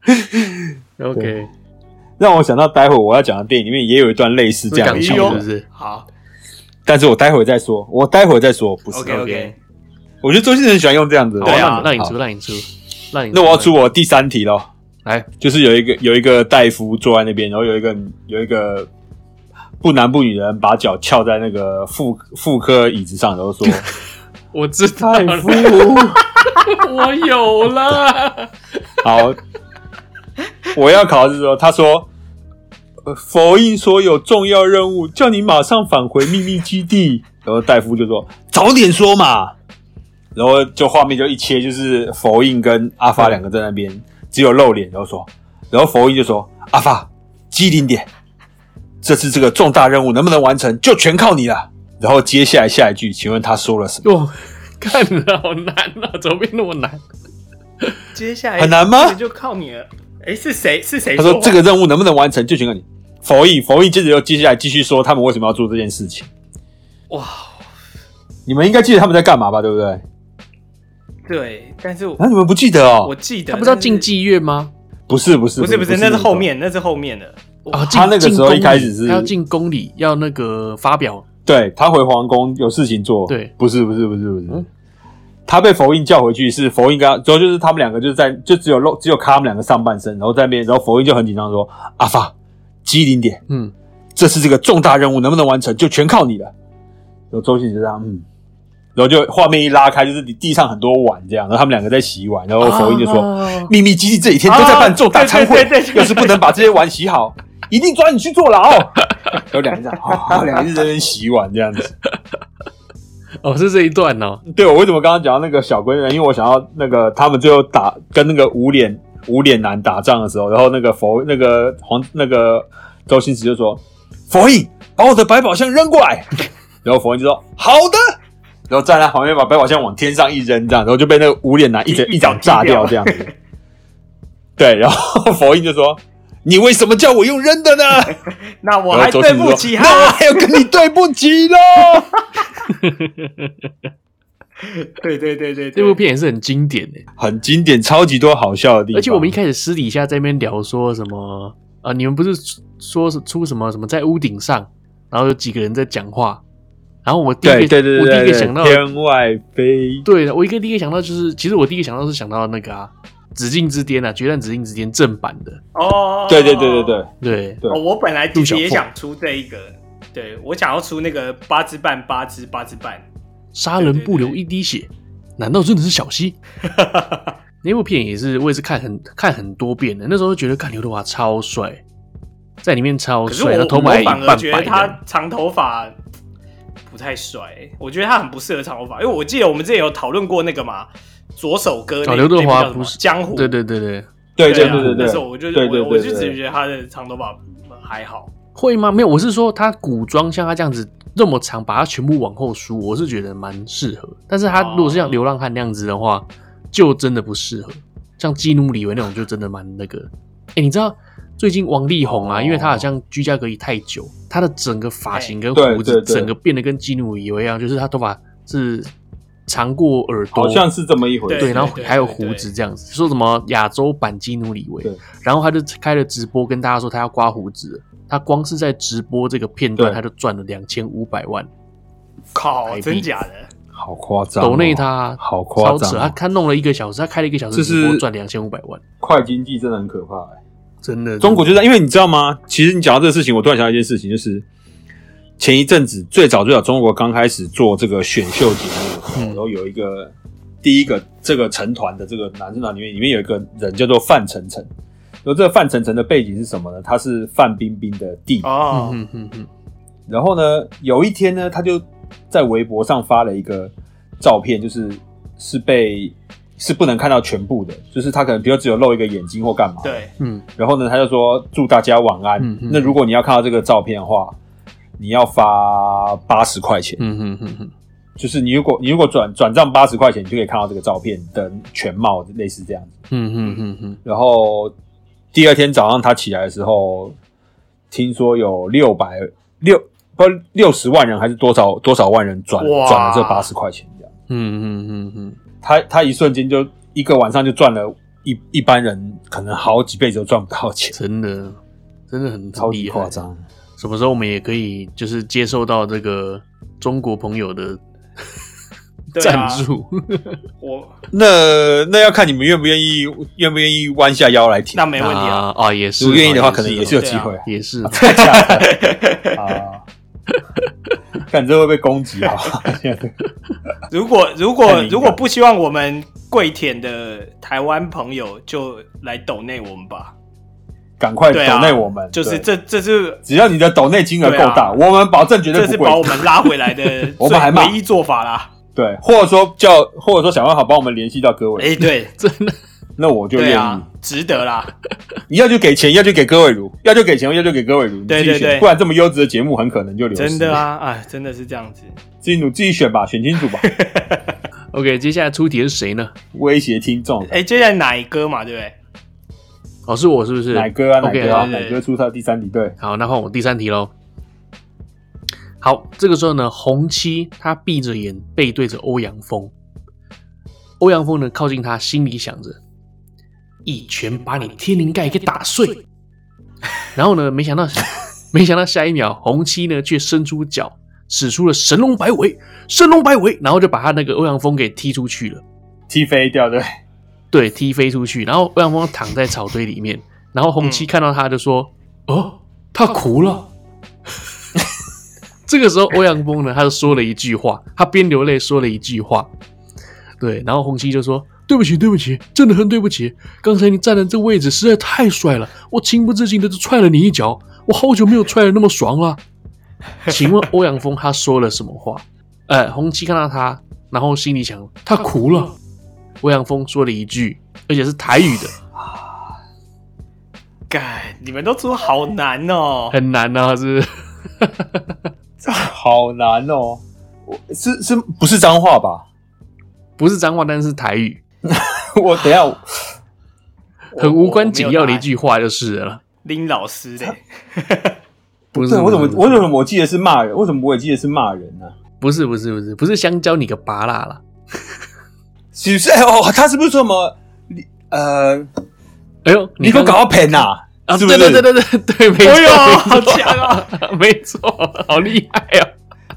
S1: 嗯 OK，
S2: 让我想到待会我要讲的电影里面也有一段类似这
S1: 是
S2: 样
S1: 港
S2: 的
S1: 剧
S2: 桥
S3: 哎
S1: 是
S3: 呦
S1: 不
S2: 段，
S1: 是？
S3: 好
S2: 但是我待会再说，我待会再说，不是
S3: ，OK OK，
S2: 我觉得周星驰很喜欢用这样子的，
S1: 好，
S3: 对
S1: 让哦
S3: 啊
S1: 你让你
S2: 好
S1: 出，让你出，让你
S2: 那我要出我第三题喽。
S1: 来，
S2: 就是有一个有一个大夫坐在那边，然后有一个有一个不男不女的人把脚翘在那个妇妇科椅子上，然后说
S1: 我知道
S2: 大
S1: 了，
S2: 夫
S1: 我有了。
S2: 好，我要考的是说，他说、呃否认所有重要任务，叫你马上返回秘密基地。然后大夫就说早点说嘛，然后就画面就一切，就是佛印跟阿发两个在那边，只有露脸，然后说，然后佛印就说阿发机灵点，这次这个重大任务能不能完成，就全靠你了。然后接下来下一句，请问他说了什么？
S1: 哇，看了好难啊，怎么变那么难？
S3: 接下来
S2: 很难吗
S3: 这就靠你了。哎，是谁？是谁
S2: 他
S3: 话？
S2: 说这个任务能不能完成，就全靠你。佛印，佛印接着又接下来继续说他们为什么要做这件事情。
S3: 哇，
S2: 你们应该记得他们在干嘛吧，对不对？
S3: 对，但是我
S2: 然后你们不记得
S3: 我
S2: 哦？
S3: 记得
S1: 他不知道
S3: 但是
S1: 竞技乐吗？
S2: 不是不是
S3: 不是不是，那
S2: 个
S3: 是
S2: 时
S3: 后
S2: 候
S3: 面，那是后面的。
S1: 啊，
S2: 哦
S1: 进
S2: 他那个
S1: 进
S2: 时候
S1: 宫
S2: 一开
S1: 里
S2: 始是
S1: 他要进宫里，要那个发表，
S2: 对他回皇宫有事情做。
S1: 对
S2: 不是不是不是不是，
S1: 嗯
S2: 他被佛印叫回去，是佛印跟他，主要就是他们两个就是在就只有露只有看他们两个上半身，然后在那边，然后佛印就很紧张地说：“阿发，机灵点，
S1: 嗯，
S2: 这次这个重大任务能不能完成，就全靠你了。”然后周星驰就这样嗯。然后就画面一拉开，就是你地上很多碗这样，然后他们两个在洗碗，然后佛印就说：“
S1: 啊
S2: 秘密基地这几天都在办重 大餐会
S3: 啊对对对，对
S2: 要是不能把这些碗洗好，一定抓你去坐 牢。有两个人，哦还有两个人在那边洗碗这样子。
S1: 哦，是这一段哦，
S2: 对我为什么刚刚讲到那个小龟呢？因为我想要那个他们最后打跟那个无脸无脸男打仗的时候，然后那个佛那个黄那个周星驰就说：“佛印，把我的百宝箱扔过来。” 然后佛印就说：“好的。”然后站在旁边把百宝箱往天上一扔，这样，然后就被那个无脸男一掌
S3: 一
S2: 一掌炸掉这样子。 对，然后佛印就说：“你为什么叫我用扔的呢？”
S3: 那 我
S2: 然
S3: 还
S2: 后周
S3: 对
S2: 星驰
S3: 不
S2: 说
S3: 起
S2: 那我
S3: 他。
S2: 还要跟你对不起喽。
S3: 对对对对，
S1: 这部片也是很经典的。
S2: 很经典，超级多好笑的地方。
S1: 而且我们一开始私底下在那边聊说什么啊，你们不是出说是出什么什么在屋顶上，然后有几个人在讲话，然后我第一个
S2: 对对对对
S1: 我
S2: 对，
S1: 第一个
S2: 对
S1: 想到，
S2: 天外飞，
S1: 对我一个第一个想到就是，其实我第一个想到是想到那个啊，《紫禁之巅》啊，《决战紫禁之巅》正版的，
S3: 哦，
S2: 对对对对对，
S1: 对，
S2: 对
S3: 哦，我本来
S1: 陆
S3: 其
S1: 小
S3: 实也
S1: 凤
S3: 想出这一个，对我想要出那个八只半八只八只半，
S1: 杀人不流一滴血，难道真的是小 溪？那部片也是我也是看很看很多遍的，那时候就觉得看刘德华超帅，在里面超
S3: 可是
S1: 帅，
S3: 我
S1: 他头
S3: 我
S1: 发也
S3: 反而
S1: 半
S3: 觉
S1: 白
S3: 得
S1: 的，
S3: 他长头发不太帅，我觉得他很不适合长头发，因为我记得我们之前有讨论过那个嘛，左手哥那
S1: 哦
S3: 个
S1: 刘德
S3: 那部
S1: 华
S3: 叫什么
S1: 不是
S3: 江湖，
S1: 对对对对。
S2: 对
S3: 对
S2: 对
S3: 啊
S2: 对对
S3: 那
S2: 对
S3: 时候我就
S2: 对对
S3: 我我
S2: 对
S3: 就只
S2: 对
S3: 觉得他的长头发还好，
S1: 会吗？没有，我是说他古装像他这样子那么长，把它全部往后梳，我是觉得蛮适合。但是他如果是像
S3: 哦
S1: 流浪汉那样子的话，就真的不适合。像激怒李维那种就真的蛮那个。哎、你知道最近王力宏啊，
S2: 哦
S1: 因为他好像居家隔离太久，他的整个发型跟
S2: 对
S1: 胡子
S2: 对对
S1: 整个变得跟激怒李维一样，就是他头发是长过耳朵，
S2: 好像是这么一回
S1: 对，
S2: 事。
S1: 然后
S3: 对
S1: 还有
S3: 对
S1: 胡
S3: 对
S1: 子这样子，说什么亚洲版基努里维
S2: 对，
S1: 然后他就开了直播跟大家说他要刮胡子了，他光是在直播这个片段
S2: 对
S1: 他就赚了两千五百万，
S3: 靠，
S1: 台币
S3: 真假的？
S2: 好夸张哦
S1: 抖内他啊
S2: 好
S1: 超
S2: 夸
S1: 扯，
S2: 张
S1: 他
S2: 哦，
S1: 他弄了一个小时，他开了一个小时
S2: 这
S1: 直播
S2: 是
S1: 赚两千五百万，
S2: 快经济真的很可怕欸。
S1: 真的，
S2: 中国就这样，因为你知道吗？其实你讲到这个事情，我突然想到一件事情，就是前一阵子最早最早中国刚开始做这个选秀节目的时候，
S1: 嗯
S2: 然后有一个第一个这个成团的这个男生团里面，里面有一个人叫做范丞丞。然后这个范丞丞的背景是什么呢？他是范冰冰的弟弟。
S3: 哦，
S1: 嗯嗯嗯
S2: 然后呢，有一天呢，他就在微博上发了一个照片，就是是被是不能看到全部的，就是他可能比如只有露一个眼睛或干嘛。
S3: 对，
S1: 嗯
S2: 然后呢，他就说祝大家晚安。
S1: 嗯嗯
S2: 那如果你要看到这个照片的话，你要发八十块钱，
S1: 嗯嗯嗯嗯，
S2: 就是你如果你如果转转账八十块钱，你就可以看到这个照片的全貌，类似这样子。
S1: 嗯嗯嗯嗯
S2: 然后第二天早上他起来的时候，听说有六百六不六十万人还是多少多少万人转
S3: 哇
S2: 转了这八十块钱这样，
S1: 嗯嗯嗯
S2: 他他一瞬间就一个晚上就赚了一一般人可能好几辈子都赚不到钱，
S1: 真的真的很
S2: 超
S1: 很
S2: 级
S1: 厉
S2: 夸
S1: 害，
S2: 张。
S1: 什么时候我们也可以就是接受到这个中国朋友的
S3: 对啊
S1: 赞，助？
S3: 我
S2: 那那要看你们愿不愿意，愿不愿意弯下腰来听。
S3: 那没问题啊。
S1: 啊啊，也是，
S2: 如果愿意的话，
S1: 啊
S2: 可能也是有
S1: 哦
S2: 机会。
S1: 也 是哦。
S2: 太假了啊！ 看这会被攻击啊！
S3: 如果如果
S2: 看你
S3: 如果不希望我们跪舔的台湾朋友，就来抖内我们吧。
S2: 赶快
S3: 对啊
S2: 抖内我们，
S3: 就是
S2: 对
S3: 这这是
S2: 只要你的抖内金额够大，我们保证绝对
S3: 啊这
S2: 不
S3: 是
S2: 贵
S3: 把。我们拉回来的
S2: 我们还
S3: 最
S2: 骂
S3: 唯一做法啦。
S2: 对，或者说叫，或者说想办法帮我们联系到各位，
S3: 哎，对
S2: 那我就
S3: 对
S2: 愿
S3: 啊
S2: 意。，
S3: 值得啦。
S2: 你要就给钱，要就给各位如，要就给钱，要就给各位如，你自
S3: 对
S2: 己
S3: 对
S2: 选，
S3: 对
S2: 不然这么优质的节目很可能就流失。
S3: 真的，啊，哎，真的是这样子。
S2: 自己努自己选吧，选清 楚吧，
S1: OK，接下来出题是谁呢？
S2: 威胁听众。
S3: 哎，接下来哪一歌嘛，对不对？
S1: 哦，是我是不是？
S2: 奶哥啊，奶
S1: OK，
S2: 哥啊，
S3: 对对
S2: 奶哥出他第三题，对，
S1: 好，那换我第三题喽。好，这个时候呢，红七他闭着眼背对着欧阳锋，欧阳锋呢靠近他，心里想着一拳把你天灵盖给打碎。然后呢，没想到， 没想到下一秒，红七呢却伸出脚，使出了神龙摆尾，神龙摆尾，然后就把他那个欧阳锋给踢出去了。
S2: 踢飞掉，对，
S1: 对，踢飞出去，然后欧阳锋躺在草堆里面，然后红七看到他就说：“哦，他哭了。” 这个时候欧阳锋呢，他就说了一句话，他边流泪说了一句话，对，然后红七就说：“对不起，对不起，真的很对不起，刚才你站的这位置实在太帅了，我情不自禁的就踹了你一脚，我好久没有踹的那么爽了。”请问欧阳锋他说了什么话？ 呃，红七看到他，然后心里想，他哭了。欧阳锋说了一句，而且是台语的，
S3: 干，你们都出好难哦。
S1: 很难啊，是不是？
S2: 好难哦。我是是不是脏话吧？
S1: 不是脏话，但是台语，
S2: 我等一下，
S1: 很无关紧要的一句话就是了。
S3: 林老师的，
S1: 不是，
S2: 对我怎么
S1: 不是
S2: 我怎么我记得是骂人？为什么我也记得是骂人呢、
S1: 不是不是不是不是香蕉你个拔辣啦，
S2: 是不是？哎哦，他是不是说什么？你呃，
S1: 哎呦，
S2: 你
S1: 刚
S2: 都搞到喷呐、
S1: 啊？
S2: 是
S1: 对
S2: 不是？
S1: 对对对对对，没
S3: 哎呦，
S1: 错，
S3: 好 强啊！
S1: 没错，好厉害啊！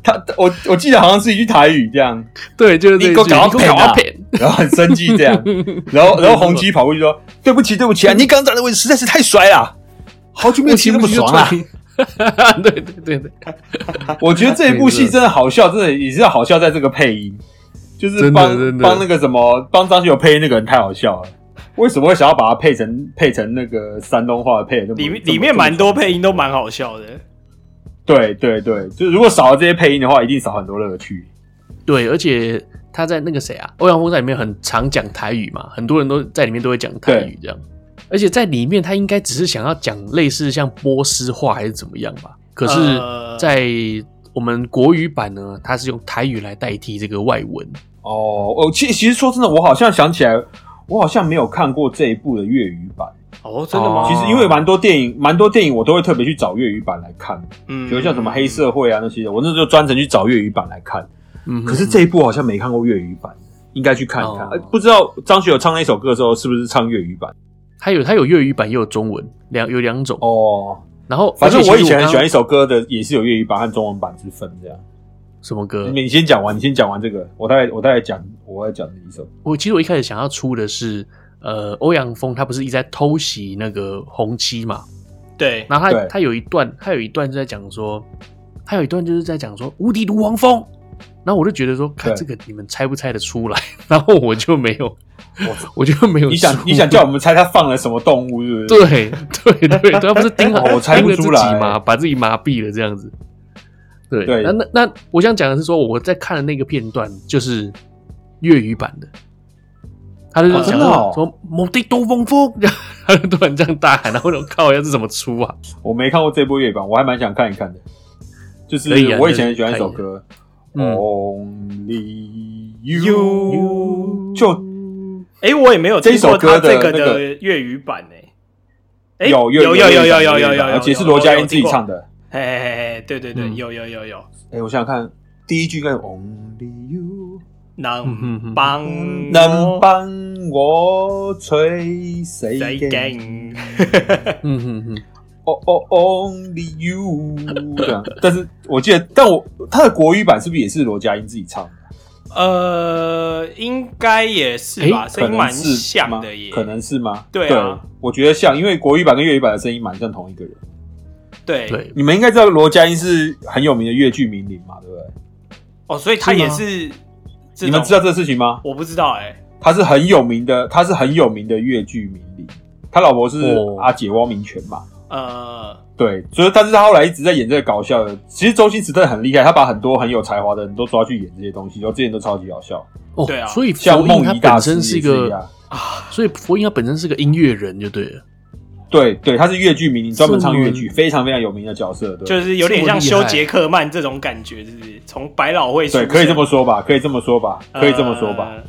S2: 他我我记得好像是一句台语这样，
S1: 对，就是这一句，
S2: 你给我搞到
S1: 你给我搞到
S2: 骗然后很生 气这样，然后然后红鸡跑过去说：“对不起，对不起啊，你刚站的位置实在是太帅了，好久没有
S1: 我
S2: 骑
S1: 情
S2: 那
S1: 不
S2: 么
S1: 自禁就
S2: 爽
S1: 踹
S2: 了。
S1: 你。对对对对，”
S2: 我觉得这一部戏真的好笑，真的也是好笑在这个配音，就是
S1: 真的
S2: 帮
S1: 真的
S2: 帮那个什么帮张学友配音那个人太好笑了。为什么会想要把它配成配成那个山东话的配得这么？
S3: 里面
S2: 这么
S3: 里面蛮多配
S2: 这么
S3: 音都蛮好笑的。
S2: 对对对，就是如果少了这些配音的话，一定少很多乐趣。
S1: 对，而且他在那个谁啊，欧阳锋在里面很常讲台语嘛，很多人都在里面都会讲台语这样。而且在里面，他应该只是想要讲类似像波斯话还是怎么样吧？可是
S3: 呃，
S1: 在我们国语版呢，它是用台语来代替这个外文。
S2: 哦，哦，其其实说真的，我好像想起来，我好像没有看过这一部的粤语版。
S3: 哦，真的吗？
S1: 哦
S2: 其实因为蛮多电影，蛮多电影我都会特别去找粤语版来看，
S3: 嗯
S2: 比如像什么黑社会啊那些的，我那时候专程去找粤语版来看。
S1: 嗯哼，
S2: 可是这一部好像没看过粤语版，应该去看一看。
S1: 哦
S2: 呃不知道张学友唱那首歌的时候是不是唱粤语版？
S1: 它有它有粤语版，也有中文，两有两种。
S2: 哦，
S1: 然后，
S2: 反正
S1: 而且
S2: 我以
S1: 其实
S2: 前很
S1: 刚
S2: 喜欢一首歌的，也是有粤语版和中文版之分这样。
S1: 什么歌？
S2: 你先讲完，你先讲完这个，我大概我大概讲我要讲的一首。
S1: 我其实我一开始想要出的是，呃，欧阳锋他不是一直在偷袭那个红七嘛？
S3: 对，
S1: 然后他
S2: 对
S1: 他有一段，他有一段就在讲说，他有一段就是在讲说无敌毒黄蜂。然后我就觉得说，看
S2: 对
S1: 这个你们猜不猜得出来？ 然后我就没有，我就没有出。
S2: 你想你想叫我们猜他放了什么动物，是不 是？
S1: 对对对，他不是盯
S2: 哦我猜
S1: 盯
S2: 不
S1: 着自
S2: 出
S1: 己
S2: 来
S1: 嘛，把自己麻痹了这样子。对，
S2: 对
S1: 那那那我想讲的是说，我在看的那个片段就是粤语版的，他就是
S3: 哦
S1: 讲
S3: 真
S2: 的
S1: 说
S2: 哦
S1: 说某地东风风， 他就突然这样大喊，然后我就靠，要是怎么出啊？
S2: 我没看过这部粤语版，我还蛮想看一看的。就是
S1: 可以啊
S2: 我以前很喜欢一首歌
S1: 可以
S3: 嗯
S1: 啊
S2: ，Only
S3: You
S2: You，就
S3: 哎，我也没有
S2: 这
S3: 听过他这
S2: 一首歌的
S3: 个
S2: 那个
S3: 的粤语版诶。哎，
S2: 有粤语
S3: 有有有有有
S2: 粤
S3: 有
S2: 语
S3: 有，
S2: 版而且是罗嘉英自己唱
S3: 的。
S2: 的。
S3: 哎哎哎，对对对，
S1: 嗯
S3: 有有有有。
S2: 哎，我想想看，第一句应该有 Only You，
S1: 嗯
S3: 能
S1: 哼
S3: 帮
S2: 能帮我吹谁
S3: 谁
S2: 给？
S3: 更？
S1: 嗯哼哼，
S2: 哦哦，Only You 这样。但是我记得，但我他的国语版是不是也是罗嘉英自己唱的？
S3: 呃，应该也是吧，
S1: 诶
S2: 可
S3: 声音
S2: 能
S3: 蛮
S2: 是
S3: 像
S2: 吗
S3: 的耶。
S2: 可能是吗？
S3: 对啊
S2: 我觉得像，因为国语版跟粤语版的声音蛮像同一个人。
S3: 对
S1: 对，
S2: 你们应该知道罗家英是很有名的越剧名伶嘛，对不对？
S3: 哦，所以他
S1: 是吗
S3: 也是这种。
S2: 你们知道这个事情吗？
S3: 我不知道哎，
S2: 他是很有名的，他是很有名的越剧名伶，他老婆是
S1: 哦
S2: 阿姐汪明荃嘛。
S3: 呃，
S2: 对，所以但是他后来一直在演这个搞笑的。其实周星驰真的很厉害，他把很多很有才华的人都抓去演这些东西，然后之前都超级好笑，
S1: 哦，
S3: 对啊
S1: 所以
S2: 像
S1: 佛印
S2: 梦
S1: 他
S2: 怡大
S1: 本
S2: 师
S1: 身
S2: 也
S1: 是
S2: 是
S1: 一
S2: 一样
S1: 个，
S3: 啊，
S1: 所以佛印他本身是个音乐人就对了，
S2: 对对，他是越剧名伶，专门唱越
S1: 是
S2: 剧，非常非常有名的角色。对，
S3: 就是有点
S1: 这么
S3: 像
S1: 厉
S3: 修
S1: 害
S3: 杰克曼这种感觉，是不是？从百老汇出
S2: 对，可以
S3: 身
S2: 这么说吧，可以这么说吧，可以这么说吧。
S3: 呃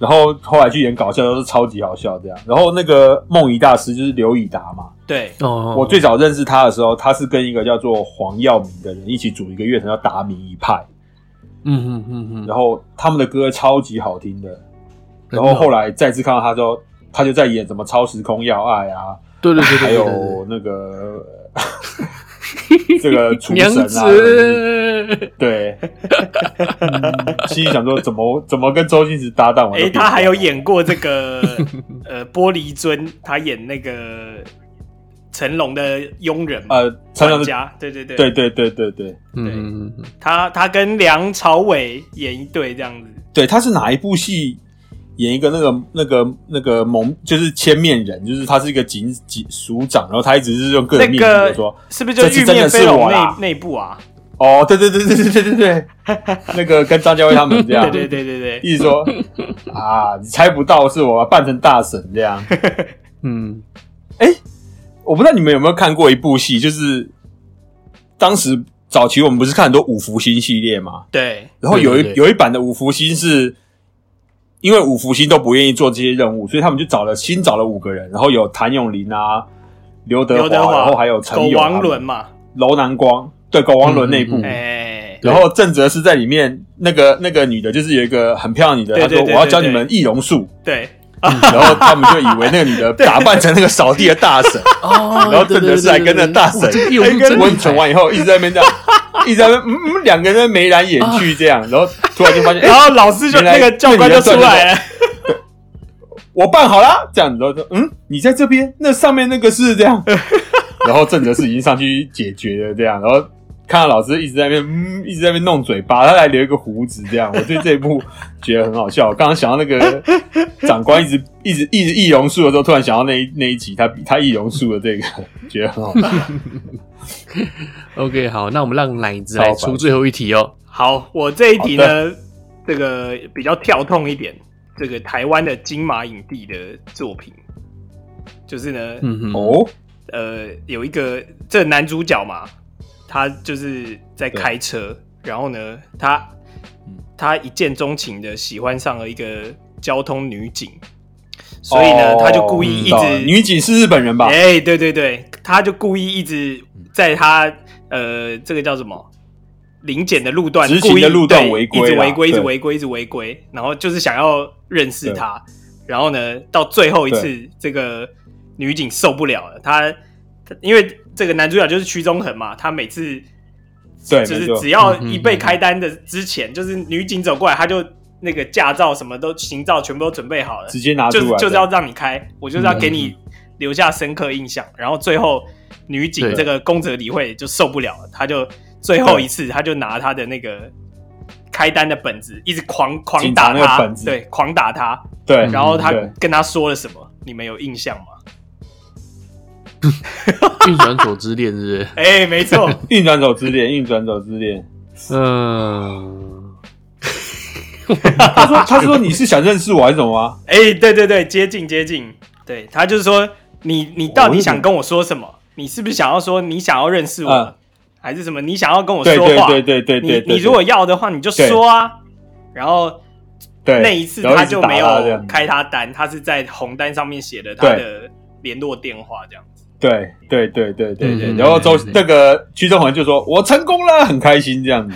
S2: 然后后来去演搞笑都是超级好笑这样。然后那个梦怡大师就是刘以达嘛，
S3: 对，
S1: 哦，
S2: 我最早认识他的时候，他是跟一个叫做黄耀明的人一起组一个乐团叫达明一派，
S1: 嗯哦哼哼哼，
S2: 然后他们的歌超级好听的。然后后来再次看到他之后，他就在演什么超时空要爱啊，
S1: 对对对
S2: 还
S1: 对对对
S2: 有那个 这个
S1: 对，
S2: 厨神
S1: 娘
S2: 啊，
S1: 子，
S2: 对，
S1: 嗯
S2: 心里想说怎么怎么跟周星驰搭档？我啊都
S3: 哎，
S2: 不知道
S3: 他还有演过这 个呃玻璃樽，他演那个成龙的佣人嘛，
S2: 呃，成龙
S3: 管
S2: 的
S3: 家，对对对，
S2: 对对对对对。
S1: 嗯嗯嗯嗯。
S3: 他他跟梁朝伟演一对这样子，
S2: 对，他是哪一部戏演一个那个那个那个蒙，就是千面人，就是他是一个警警署长，然后他一直是用各种
S3: 那
S2: 面具
S3: 个
S2: 说，
S3: 是不是就
S2: 这次
S3: 玉
S2: 真的
S3: 面
S2: 是
S3: 飞龙
S2: 我啦
S3: 那那部啊？
S2: 哦，对对对对对对对对，那个跟张家辉他们这样，
S3: 对对对对对，
S2: 一直说啊，你猜不到是我扮成大神这样。
S1: 嗯
S2: 我不知道你们有没有看过一部戏，就是当时早期我们不是看很多五福星系列吗？
S3: 对
S2: 然后有
S1: 对
S2: 一
S1: 对对
S2: 有一版的五福星是，因为五福星都不愿意做这些任务，所以他们就找了新找了五个人，然后有谭咏麟啊、刘德
S3: 刘
S2: 华，
S3: 德华
S2: 然后还有陈
S3: 狗
S2: 友、
S3: 王伦、嘛，
S2: 楼南光，对，狗王伦那一部。
S1: 嗯嗯嗯
S3: 哎，
S2: 然后郑则仕在里面，那个那个女的，就是有一个很漂亮的女的，
S3: 对
S2: 她
S3: 对
S2: 说
S3: 对
S2: 我要
S3: 对
S2: 教你
S3: 对
S2: 们易容术，
S3: 对，
S2: 然后他们就以为那个女的打扮成那个扫地的大 婶，
S1: 哦，
S2: 然后郑则仕还跟着大
S1: 对对对对对对对哇
S2: 婶
S1: 这个业务
S2: 温
S1: 真哎
S2: 存
S1: 存
S2: 完以后，一直在那边这样，一直在那边嗯嗯，两个人眉来眼去这样，然后突然就 发现，哎
S3: 然后哦老师就
S2: 原来
S3: 那个教官就出来了，
S2: 我办好啦，这样子，然后说，嗯，你在这边，那上面那个是这样，然后郑则仕已经上去解决了这样，然后看到老师一直在那边，嗯，一直在那边弄嘴巴，他还留一个胡子这样，我对这一幕觉得很好笑。我刚刚想到那个长官一直一直一直易容术的时候，突然想到那一那一集他比他易容术的这个，觉得很好笑。
S1: OK，好，那我们让奶子来出最后一题哦。
S3: 好，我这一题呢，这个比较跳痛一点，这个台湾的金马影帝的作品，就是呢，
S1: 嗯哼，
S2: 哦，
S3: 呃，有一个这男主角嘛，他就是在开车，然后呢，他他一见钟情的喜欢上了一个交通女警，所以呢，他就故意一
S2: 知道哦嗯了
S3: 直
S2: 女警是日本人吧？嗯
S3: 哎、对对对，他就故意一直在他呃，这个叫什么？临检的路段，
S2: 执行
S3: 故意
S2: 的路段
S3: 对
S2: 违规
S3: 一直
S2: 啦
S3: 违规，一直
S2: 对
S3: 违规，一直违规，然后就是想要认识他，然后呢，到最后一次，这个女警受不了了，她她因为这个男主角就是屈中恒嘛，他每次
S2: 对，
S3: 就
S2: 没
S3: 是
S2: 错
S3: 只。要
S1: 嗯嗯
S3: 一被开单的之前，就是女警走过来，他就那个驾照什么都行照全部都准备好了，
S2: 直接拿出
S3: 就
S2: 来
S3: 是
S2: 的，
S3: 就是要让你开，我就
S2: 嗯
S3: 是要给你留下深刻印象。然后最后女警
S1: 对
S3: 这个宫泽理惠就受不了了，她就最后一次，她就拿她的那个开单的本子一直狂狂
S2: 警察
S3: 打
S2: 那个
S3: 他
S2: 本，子
S3: 对，狂打他。
S2: 对，
S3: 然后他
S2: 对
S3: 跟他说了什么？你们有印象吗？
S1: 运转手之恋是
S3: 哎，没错，
S2: 运转手之恋，运转手之恋。
S1: 不是？嗯，
S2: 他说他说你是想认识我还是什么吗？
S3: 哎，对对对，接近接近，对他就是说你你到
S2: 我
S3: 底
S2: 是
S3: 想跟我说什么？你是不是想要说你想要认识我
S2: 嗯，
S3: 还是什么？你想要跟我
S2: 对
S3: 说
S2: 对
S3: 话？
S2: 对对对对
S3: 你
S2: 对，
S3: 你如果要的话，你就说啊。然后
S2: 对
S3: 那一次
S2: 然后
S3: 他
S2: 一直
S3: 就
S2: 打
S3: 没
S2: 他这
S3: 有
S2: 样
S3: 开他单，他是在红单上面写的他的联络电话这样 子。
S2: 对对对对对对，
S1: 嗯
S2: 然后周
S1: 对对对
S2: 那个屈中恒就说：“我成功了，很开心。”这样子，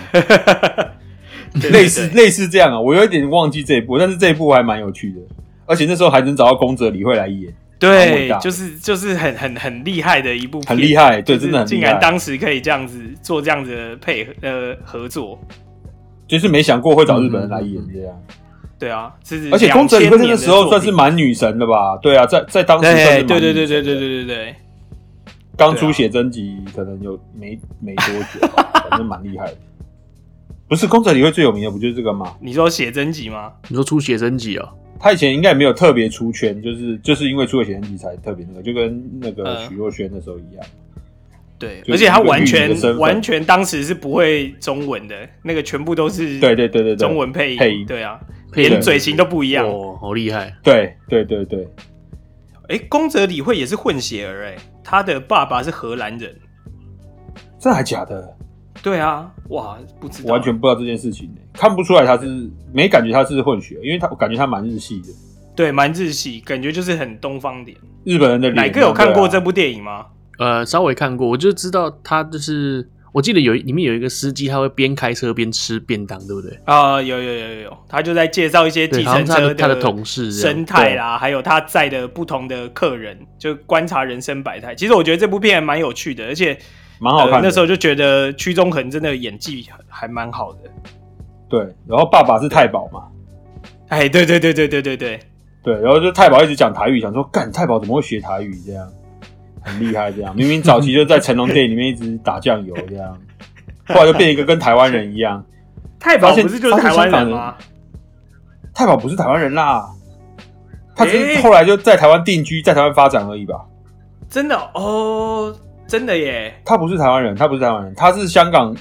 S3: 对
S2: 类似
S3: 对对
S2: 类似这样啊。我有一点忘记这一部，但是这一部还蛮有趣的，而且那时候还能找到宫泽理惠来演，蛮伟大
S3: 对，
S2: 的
S3: 就是就是很很很厉害的一部片，
S2: 很厉害，对，
S3: 就是
S2: 真的很
S3: 竟
S2: 厉
S3: 然
S2: 害。
S3: 当时可以这样子做这样子的配合呃合作，
S2: 就是没想过会找日本人来演这样，
S3: 对啊，这是
S2: 而且宫泽理惠那
S3: 2000
S2: 个
S3: 年
S2: 时候
S3: 作
S2: 算
S3: 品
S2: 是蛮女神的吧？对啊，在在当时算是蛮
S3: 对
S2: 女
S3: 对对对
S2: 神
S3: 对
S2: 的
S3: 对对对对，
S2: 刚
S3: 啊
S2: 出写真集可能有没没多久吧，反正蛮厉害的。不是宫泽理惠最有名的不就是这个吗？
S3: 你说写真集吗？
S1: 你说出写真集哦，
S2: 他以前应该也没有特别出圈，就是就是因为出了写真集才特别那个，就跟那个
S3: 嗯
S2: 许若瑄那时候一样。
S3: 对，
S2: 就是
S3: 而且他完
S2: 一个绿营的身
S3: 全
S2: 份
S3: 完全当时是不会中文的，那个全部都是
S2: 对对对对对，
S3: 中文配音，
S2: 配音
S3: 对啊，
S1: 配音
S3: 连嘴型都不一样。
S1: 哦，好厉害！
S2: 对对对对，
S3: 哎，宫泽理惠也是混血儿，哎，他的爸爸是荷兰人。
S2: 真的还假的？
S3: 对啊，哇，不知
S2: 我
S3: 道，
S2: 完全不知道这件事情、欸看不出来他是没感觉他是混血，因为他我感觉他蛮日系的，
S3: 对，蛮日系，感觉就是很东方点。
S2: 日本人的脸。
S3: 奶哥有看过这
S2: 对啊？
S3: 部电影吗？
S1: 呃，稍微看过，我就知道他就是，我记得有一里面有一个司机，他会边开车边吃便当，对不对？
S3: 啊，有有有有有，他就在介绍一些计
S1: 对，好像
S3: 程
S1: 是他
S3: 车
S1: 他的同事这样
S3: 生态啦，还有他在的不同的客人，就观察人生百态。其实我觉得这部片还蛮有趣的，而且
S2: 蛮好看
S3: 呃
S2: 的。
S3: 那时候就觉得屈中恒真的演技还蛮好的。
S2: 对，然后爸爸是太保嘛，
S3: 哎，对对对对对对对，
S2: 对，然后就太保一直讲台语，想说干太保怎么会学台语这样，很厉害这样。明明早期就在成龙电影里面一直打酱油这样，后来就变一个跟台湾人一样。
S3: 太保
S2: 发现
S3: 不是就是台湾人吗？
S2: 太保不是台湾人啦，他只
S3: 诶
S2: 是后来就在台湾定居，在台湾发展而已吧。
S3: 真的哦，真的耶！
S2: 他不是台湾人，他不是台湾人，他是香港。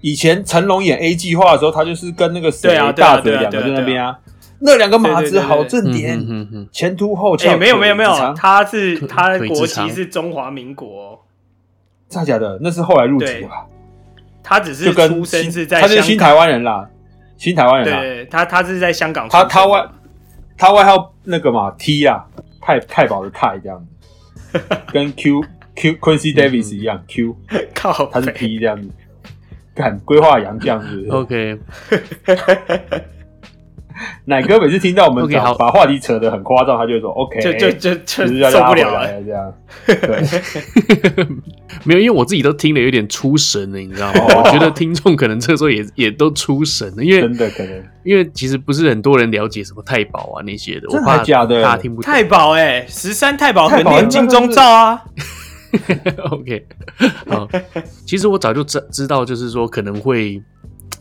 S2: 以前成龙演 A 计划的时候，他就是跟那个谁
S3: 对啊对啊
S2: 大嘴
S3: 对啊
S2: 两个
S3: 对啊
S2: 在那
S3: 对
S2: 边啊，那两个马
S3: 对
S2: 子
S3: 对对
S2: 好
S3: 对
S2: 正
S1: 嗯
S2: 点，
S1: 嗯嗯
S2: 前凸后
S3: 哎、
S2: 翘。
S3: 没有没有没
S2: 腿
S3: 有，
S2: 长
S3: 他是
S1: 可
S3: 他的
S1: 可以
S3: 国
S1: 自强
S3: 旗是中华民国哦、
S2: 真的假的？那是后来入籍吧？
S3: 他只是
S2: 就跟
S3: 出生
S2: 新
S3: 是在
S2: 他就是
S3: 香
S2: 新
S3: 港，
S2: 台湾人啦，新台湾人啦，
S3: 对，他他是在香港出
S2: 他
S3: 生的，
S2: 他外他外号那个嘛 T 啊，太太保的太这样子， 跟 Q Q Quincy Davis
S3: 嗯
S2: 一样 Q，
S3: 靠
S2: 他是
S3: 北
S2: T 这样子，敢规划洋将
S1: 嗯
S2: 是不 是？
S1: ，OK，
S2: 奶哥每次听到我们
S1: OK，
S2: 讲
S1: 好
S2: 把话题扯得很夸张，他就会说 OK，哎
S3: 就就就
S2: 就
S3: 就是
S2: 要
S3: 受
S2: 拉
S3: 不
S2: 回
S3: 了
S2: 来
S3: 了。
S2: 了这样，对，
S1: 没有，因为我自己都听得有点出神了，你知道吗？
S2: 哦
S1: 我觉得听众可能这时候也 也都出神了，因为
S2: 真的可能
S1: 因为其实不是很多人了解什么太保啊那些的，我
S2: 真的
S1: 怕
S2: 还假的
S1: 怕听不懂。
S3: 太保哎、十三太保横
S2: 太保
S3: 练
S2: 应该
S3: 金
S2: 算
S3: 钟
S2: 是
S3: 罩啊！
S1: OK，好，其实我早就知知道，就是说可能会，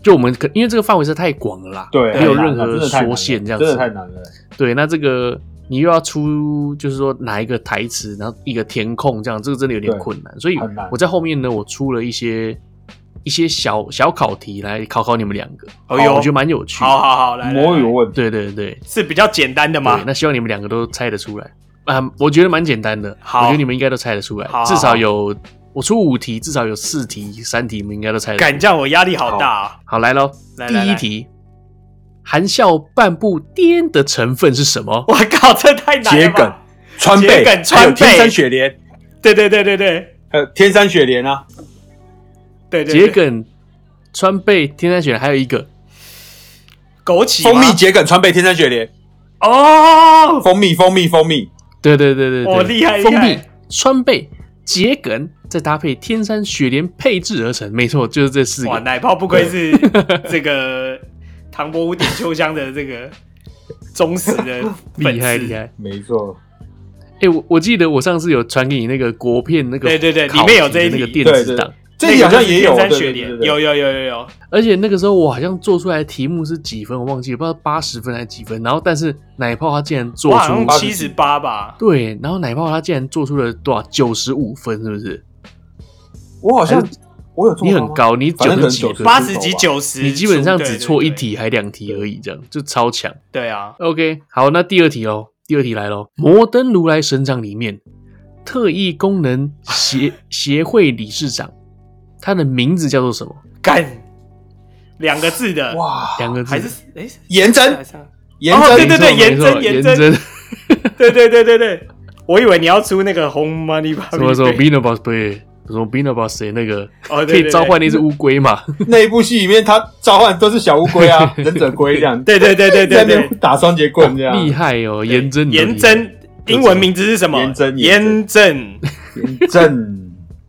S1: 就我们可因为这个范围是太广了啦，
S2: 对，
S1: 没有
S2: 太难
S1: 任
S2: 了
S1: 何
S2: 真的太难
S1: 缩
S2: 了
S1: 限这样
S2: 真的
S1: 子
S2: 太。难了。
S1: 对，那这个你又要出，就是说哪一个台词，然后一个填空，这样这个真的有点
S2: 对
S1: 困难。所以
S2: 很难
S1: 我在后面呢，我出了一些一些小小考题来考考你们两个，
S3: 哦哟
S1: 我觉得蛮有趣的。
S3: 好好好，来来
S2: 魔语
S3: 来
S2: 问题，
S1: 对对对，
S3: 是比较简单的嘛
S1: 对，？那希望你们两个都猜得出来啊、我觉得蛮简单的，
S3: 好
S1: 我觉得你们应该都猜得出来，
S3: 好
S1: 至少有我出五题，至少有四题、三题，你们应该都猜得出来。
S3: 敢这样，我压力好大啊！
S1: 好，来喽，
S3: 来
S1: 第
S3: 来
S1: 一
S3: 来
S1: 题，含笑半步癫的成分是什么？
S3: 我靠，这太难
S2: 桔
S3: 了
S2: 梗
S3: 吧！、
S2: 川
S3: 桔
S2: 贝、
S3: 梗
S2: 还有
S3: 川贝
S2: 天山雪莲，
S3: 对对对对对
S2: 还有天山雪莲啊，
S3: 对对，
S1: 桔
S3: 对
S1: 梗、川贝、天山雪莲，还有一个
S3: 枸杞吗
S2: 蜂蜜桔梗、川贝、天山雪莲，
S3: 哦，
S2: 蜂蜜、蜂蜜、蜂蜜，
S1: 对对对对对，
S3: 哦厉害厉害
S1: 蜂蜜、川贝、桔梗，再搭配天山雪莲配制而成，没错，就是这四
S3: 哇，
S1: 个。
S3: 奶泡不愧是这个唐伯虎点秋香的这个忠实的粉丝，
S1: 厉害厉害！
S2: 没错，
S1: 哎、我我记得我上次有传给你那个国片那个，
S3: 对对对
S1: 考
S3: 里面有这一
S1: 题的那个
S3: 题
S1: 电
S2: 对
S1: 子
S2: 对
S1: 档，，
S2: 这里好像也有，对
S3: 那个就是天山
S2: 对
S3: 雪
S2: 对
S3: 莲
S2: 对，
S3: 有有有有有，
S1: 而且那个时候我好像做出来的题目是几分，我忘记了，不知道八十分还是几分。然后但是奶泡他竟然做
S3: 我好
S1: 出
S3: 像七十八吧，
S1: 对，然后奶泡他竟然做出了多少九十五分，是不是？
S2: 我好像
S1: 还
S2: 我有做
S1: 你
S2: 到
S1: 很
S2: 吗，
S1: 高，你
S2: 啊反
S1: 九
S2: 正
S1: 十几
S2: 可能
S1: 分
S2: 90
S3: 八十几九十，
S1: 你基本上
S3: 对
S1: 只
S3: 对
S1: 错一
S3: 对
S1: 题还两题而已，这样就超强。
S3: 对啊，
S1: OK，好，那第二题喽，第二题来喽，《摩登如来神掌》里面特异功能协协会理事长，他的名字叫做什么？
S3: 干两个字的，
S2: 哇，
S1: 两个字
S3: 还是哎，
S2: 颜
S3: 还
S2: 真，
S3: 是
S2: 颜
S3: 哦
S2: 真，
S3: 对对对
S1: 没错
S3: 颜
S1: 颜
S3: 真
S1: 真，
S3: 对对对对对，我以为你要出那个红 money 吧，
S1: 什么什么 Bino Boss 对，什么 Bino Boss 那个
S3: 哦，
S1: 可
S3: 对
S1: 以召唤， 那只乌龟嘛？
S2: 那一部戏里面他召唤都是小乌龟 啊，忍者龟这样，
S3: 对对对
S2: 在
S3: 对对对
S2: 那
S3: 对
S2: 边打双截棍这样，
S1: 厉害哦，
S3: 对，
S1: 颜真，
S3: 颜，真。英文名字是什么？
S2: 颜真
S3: 颜
S2: 颜
S3: 真，
S2: 正。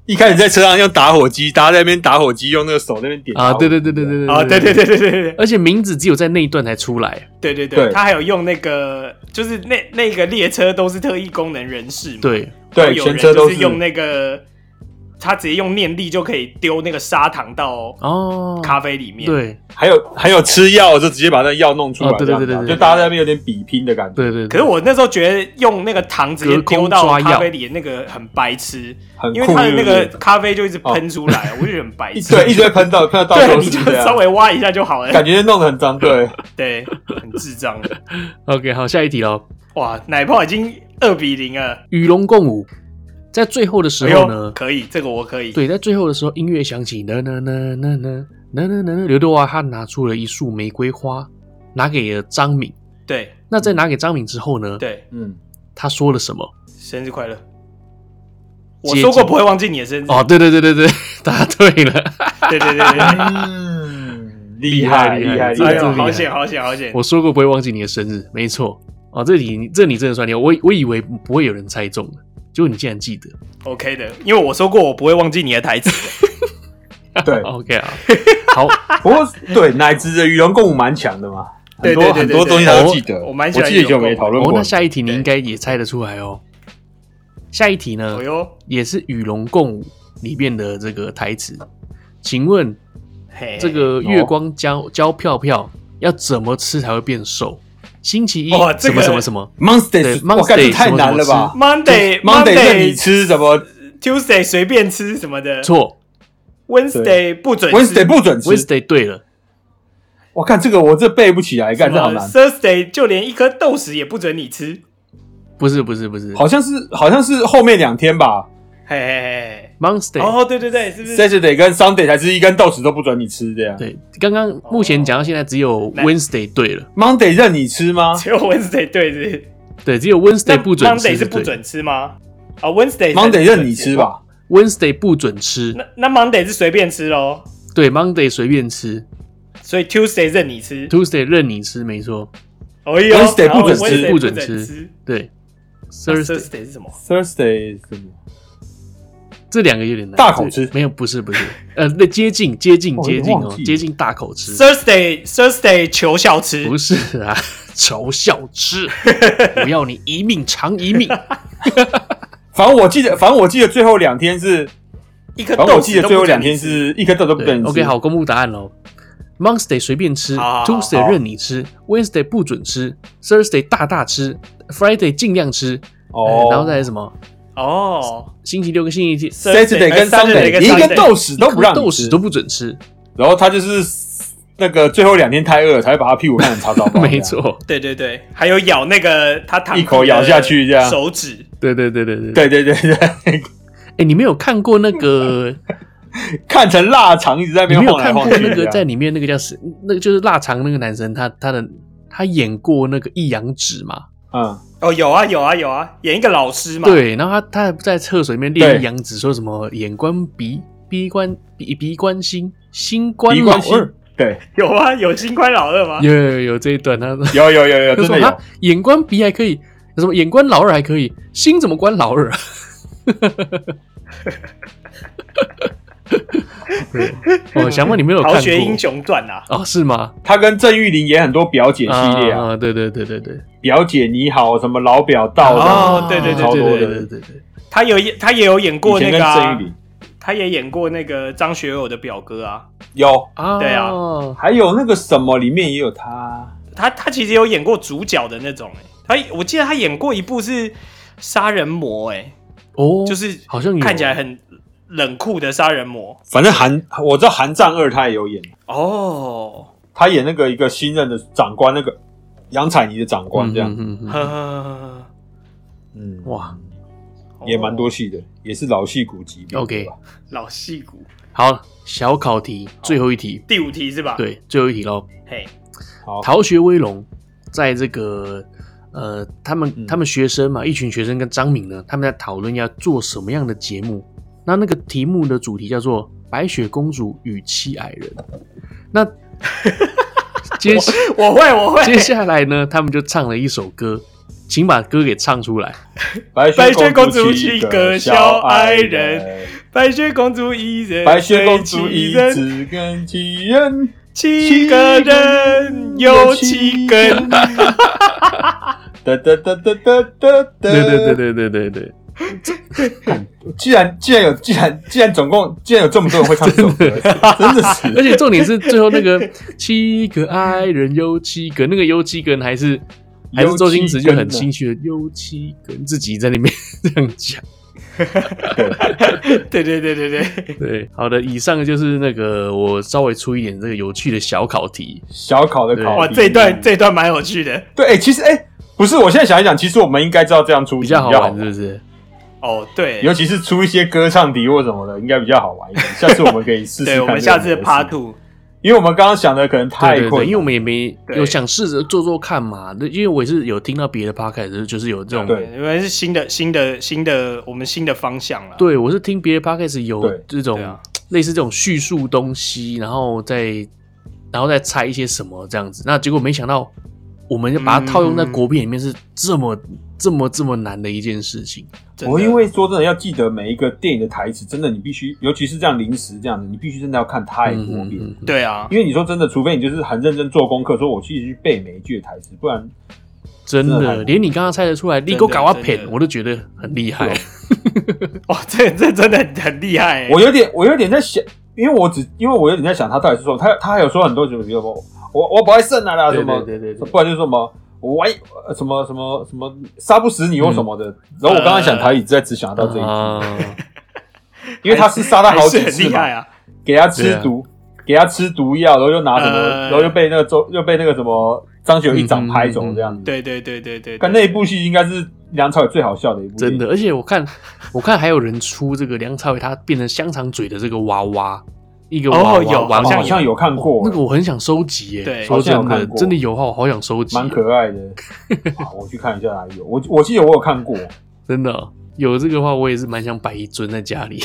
S2: 一开始在车上用打火机，大家在那边打火机，用那个手在那边点
S1: 啊，对对对对对对
S3: 哦，对对对对对对
S1: 而且名字只有在那一段才出来，
S3: 对对对，
S2: 对
S3: 他还有用那个，就是那那个列车都是特异功能人士嘛，
S1: 对，
S2: 对，
S3: 有人
S2: 全车
S3: 就
S2: 都
S3: 是用那个，他直接用念力就可以丢那个砂糖到
S1: 哦，
S3: 咖啡里面，
S1: 对
S2: 还有还有吃药就直接把那药弄出来
S1: 哦，对
S2: 这样子
S1: 对
S2: 啊
S1: 对对对
S2: 就大家在那边有点比拼的感觉，
S1: 对对，
S3: 可是我那时候觉得用那个糖直接丢
S1: 隔
S3: 到
S1: 空抓药
S3: 咖啡里那个很白痴，
S2: 很
S3: 因为
S2: 酷
S3: 它的那个
S2: 对不对
S3: 咖啡就一直喷出来，我就觉得很白
S2: 一
S3: 痴。
S2: 对一堆喷到喷到到
S3: 对，
S2: 处
S3: 你
S2: 是
S3: 就
S2: 这
S3: 稍
S2: 样，
S3: 微挖一下就好 了。
S2: 感觉弄得很脏，对，
S3: 对，很智障。
S1: OK，好，下一题喽。
S3: 哇，奶泡已经二比零了。
S1: 与龙共舞，在最后的时
S3: 哎
S1: 候
S3: 呦，
S1: 呢，
S3: 可以，这个我可以。
S1: 对，在最后的时候，音乐响起，呢呢呢呢呢呢呢呢呢，刘德华他拿出了一束玫瑰花，拿给了张敏。
S3: 对
S1: 那在拿给张敏之后呢，
S3: 对，
S2: 嗯，
S1: 他说了什么？
S3: 生日快乐！我说过不会忘记你的生日。
S1: 哦，对对对对对， 答对了。
S3: 对对 对对
S2: 嗯，厉害
S1: 厉
S2: 厉
S1: 害
S2: 害
S1: 厉
S3: 对，
S1: 害
S3: 哎
S2: 厉
S1: 这
S3: 呦，
S1: 个
S2: 害，
S3: 好险好险好险！
S1: 我说过不会忘记你的生日，没错。哦，这题你这你真的算厉害，我以我以为不会有人猜中的，结果你竟然记得。
S3: OK 的，因为我说过我不会忘记你的台词的。
S2: 对。
S1: OK 啊，好，
S2: 不过对奶子的与龙共舞蛮强的嘛，很多
S3: 对对对对
S2: 很多东西他都记得，
S3: 我我蛮喜
S2: 我
S3: 欢
S2: 记得以前我们也讨论
S1: 哦，
S2: 过
S1: 那，下一题你应该也猜得出来哦。下一题呢？
S3: 哎呦，
S1: 也是《与龙共舞》里面的这个台词。请问
S3: 嘿，
S1: 这个月光胶胶票票要怎么吃才会变瘦？星期一
S3: 哇
S1: 什
S3: 这
S1: 么
S3: 个
S1: 什么什么？对
S2: Monsters，我感觉
S1: Monsters，
S2: 太难了
S1: 什么
S2: 吧
S3: Monday
S2: Monday 任你吃什么
S3: Tuesday 随便吃什么的
S1: 错
S3: ，Wednesday 不准吃
S2: ，Wednesday 不准吃。
S1: ，Wednesday 对了，
S2: 我看这个我这背不起来，
S3: 什
S2: 干这好
S3: 么
S2: 难。
S3: 呃 Thursday 就连一颗豆豉也不准你吃，
S1: 不是不是不是
S2: 好像是好像是后面两天吧
S3: 嘿嘿嘿。
S1: ，Monster
S3: 哦，对对对，是不是？
S2: ，Saturday 跟 Sunday 才是一根豆豉都不准你吃这样。
S1: 对，刚刚目前讲到现在只有
S3: 来
S1: Wednesday 对了，
S2: Monday 任你吃吗？
S3: 只有 Wednesday 对是，
S1: 对，只有 Wednesday 不准
S3: Monday
S1: 吃
S3: 是不准吃吗？啊，Wednesday 才是
S2: Monday
S3: 不准
S2: 任你吃。吧。
S1: ，Wednesday 不准吃，
S3: 那那 Monday 是随便吃喽，
S1: 对，Monday 随便吃
S3: 所以 Tuesday 任你吃。
S1: ，Tuesday 任你吃，没错，
S3: 哦呦
S2: Wednesday
S3: 然后
S2: 不准吃
S3: Wednesday
S1: 不
S3: 不
S1: 准
S3: 准
S1: 吃
S3: 吃。
S1: 对
S3: 那
S1: ，Thursday
S3: Thursday 是什么？
S2: Thursday 什么？
S1: 这两个有点难。
S2: 大口吃
S1: 这没有，不是不是，呃，那接近接近
S2: 哦
S1: 接近
S2: 有点
S1: 哦
S2: 忘，记
S1: 接近大口吃，
S3: Thursday Thursday 求笑吃，
S1: 不是啊， 嘲笑 吃，我要你一命偿一命。
S2: 反正我记得，反正我记得最后两天是，
S3: 一颗
S2: 反正
S3: 豆
S2: 我记
S3: 豉
S2: 得
S3: 都
S2: 最
S3: 不
S2: 后
S3: 准
S2: 两
S3: 你
S2: 天
S3: 吃。
S2: 是一根豆都不准
S1: 对
S2: 你吃。
S1: ，OK，好，公布答案喽。Monday 随便吃
S3: 好好好
S1: ，Tuesday
S2: 好
S1: 任你吃，Wednesday 不准吃，Thursday 大大吃，Friday 尽量吃，
S2: 哦
S1: 呃，然后再来什么？
S3: 哦
S1: 星期六跟星期天，
S2: Saturday 跟
S3: Sunday 跟
S2: Sunday 连一根
S3: Sunday
S2: 豆豉都不让
S1: 豆
S2: 你
S1: 豉
S2: 吃
S1: 都，不准吃，
S2: 然后他就是那个最后两天太饿了，才会把他屁股看成叉烧包。
S1: 没，错，
S3: 对对对，还有咬那个他糖
S2: 一口咬下去这样
S3: 手指
S1: 对对对对对。
S2: 对对对对，
S1: 哎，你们有看过那个
S2: 看成腊肠一直在那
S1: 你
S2: 边
S1: 没有
S2: 晃
S1: 看过
S2: 来晃去
S1: 那
S2: 这
S1: 个
S2: 样
S1: 在里面那个叫谁？那个就是腊肠那个男生，他他的他演过那个《一阳指》嘛？
S2: 嗯，
S3: 哦，有啊有啊有啊，演一个老师嘛。，
S1: 对，然后他他还在厕所里面练
S2: 对
S1: 一阳指，说什么眼观鼻，鼻观鼻鼻观心，心观
S2: 鼻
S1: 老
S2: 关系
S1: 二。
S2: 对，
S3: 有啊，有新官老二吗？
S1: 有有有有这一段，他
S2: 有有有有，
S1: 他
S2: 真
S1: 说
S2: 的
S1: 他
S2: 有，
S1: 眼观鼻还可以，什么眼观老二还可以，心怎么观老二啊？ 我想哦问你没有看
S3: 逃
S1: 过
S3: 学英雄传》啊，
S1: 哦，是吗？
S2: 他跟郑裕玲演很多表姐系列啊，
S1: 啊，对对对对对，
S2: 表姐你好，什么老表到的，
S3: 哦对对对
S2: 超
S1: 对
S2: 多
S1: 对
S2: 的
S1: 对，对对，
S3: 他有演，他也有演过
S2: 以
S3: 那
S2: 前
S3: 个、
S2: 跟郑
S3: 啊
S2: 裕，玲
S3: 他也演过那个张学友的表哥啊。
S2: 有，
S1: 啊，
S3: 对啊
S2: 还有那个什么里面也有他，
S3: 他他其实有演过主角的那种、欸，他我记得他演过一部是杀人魔、欸，
S1: 哦，
S3: 就是
S1: 好像有
S3: 看起来很冷酷的杀人魔。
S2: 反正韩我知道韩战二他也有演，
S3: 哦，
S2: 他演那个一个新任的长官，那个杨采妮的长官这样，
S1: 嗯嗯嗯
S3: 呵呵呵
S2: 嗯，
S1: 哇，
S3: 呵
S2: 也蛮多
S3: 哦
S2: 戏的，也是老戏骨级别的吧。
S1: OK
S3: 老戏骨。
S1: 嗯好，小考题，最后一题，
S3: 第五题是吧？，
S1: 对，最后一题喽。
S3: 嘿，
S2: 好，
S1: 逃学威龙在这个呃，他们
S2: 嗯
S1: 他们学生嘛，一群学生跟张敏呢，他们在讨论要做什么样的节目。那那个题目的主题叫做《白雪公主与七矮人》。 那接下
S3: 我会，我会。
S1: 接下来呢，他们就唱了一首歌，请把歌给唱出来。
S2: 白
S3: 白雪公主
S2: 主
S3: 七
S2: 七
S3: 个
S2: 个
S3: 小矮
S2: 矮
S3: 人，白雪公主一人，
S2: 白雪公主
S3: 一
S2: 一只跟几人，
S3: 七个人有七根。
S2: 哒哒哒哒哒哒哒。
S1: 对对对。对对对对，
S2: 既然既然有既然既然总共既然有这么多人会唱这首歌，真的
S1: 而
S2: 是
S1: 且重点是最后那个七个爱人有七个，那个有七个人还是还是周星驰就很心虚的有七个人自己在那边 这样讲。
S3: 对对对对对，
S1: 对，好的，以上就是那个我稍微出一点这个有趣的小考题。
S2: 小考的考题。嗯
S3: 哇，这一段这一段蛮有趣的。
S2: 对，哎，其实哎，不是，我现在想一想，其实我们应该知道这样出
S1: 比
S2: 题
S1: 较好玩，是不是？
S3: 哦，对，
S2: 尤其是出一些歌唱题或什么的，应该比较好玩一 点。下次我们可以试试看
S3: 对
S2: 这种模
S3: 我
S2: 式。
S3: 们下次 Part Two，
S2: 因为我们刚刚想的可能太
S1: 对对
S2: 困
S1: 对，
S2: 难，
S1: 因为我们也没
S3: 对
S1: 有想试着做做看嘛。对因为我也是有听到别的 podcast，就是有这种，
S2: 对
S3: 因为是新的新的新的我们新的方向了。
S1: 对我是听别的 podcast 有
S2: 啊对
S1: 这种
S3: 对啊
S1: 类似这种叙述东西，然后再然后再猜一些什么这样子。那结果没想到，我们就把它套用在
S3: 嗯
S1: 国片里面是这么、这么这么难的一件事情。
S3: 真的，
S2: 我因为说真的，要记得每一个电影的台词，真的你必须，尤其是这样临时这样子，你必须真的要看太多
S1: 嗯
S2: 遍。
S1: 嗯嗯
S3: 对啊，
S2: 因为你说真的，除非你就是很认真做功课，说我去去背每一句的台词，不然
S1: 真
S2: 真的
S1: 的，
S2: 太
S1: 连你刚刚猜得出来，你
S3: 的
S1: 给我搞啊
S3: 真
S1: 骗，
S3: 的
S1: 我都觉得很厉害。
S2: 啊
S3: 哇，哦这这真的很很厉害欸。
S2: 我有点我有点在想，因为我只因为我有点在想他到底是说他他还有说很多什么，比如说我我不爱胜啊啦什么，
S1: 对对对
S2: 不然就是什么。我玩呃什么什么什么杀不死你或什么的，然后我刚刚想台语，在只想到这一句，
S1: 嗯呃啊，
S2: 因为他是杀他好
S3: 还是
S2: 几
S3: 很
S2: 次
S3: 厉
S2: 嘛
S3: 害，啊。
S2: 给他吃毒，给他吃毒药，然后又拿什么，
S3: 呃
S2: 然后又被那个周又被那个什么张学友一
S1: 嗯
S2: 掌拍走这样子。
S3: 对对对对对，
S2: 但那一部戏应该是梁朝伟最好笑的一部，
S1: 真的，。而且我看，我看还有人出这个梁朝伟他变成香肠嘴的这个娃娃，一个
S3: 哦
S1: 娃娃，
S3: 有
S1: 娃
S2: 我
S1: 娃
S2: 好像有看过，
S1: 那个我很想收集耶、
S3: 对
S1: 说真
S2: 好像有
S1: 的
S2: 看，过
S1: 真的有哈，我好想收集，
S2: 蛮可爱 的。好我去看一下哪里有，我我记得我有看过，
S1: 真的哦有这个话，我也是蛮想摆一尊在家 里。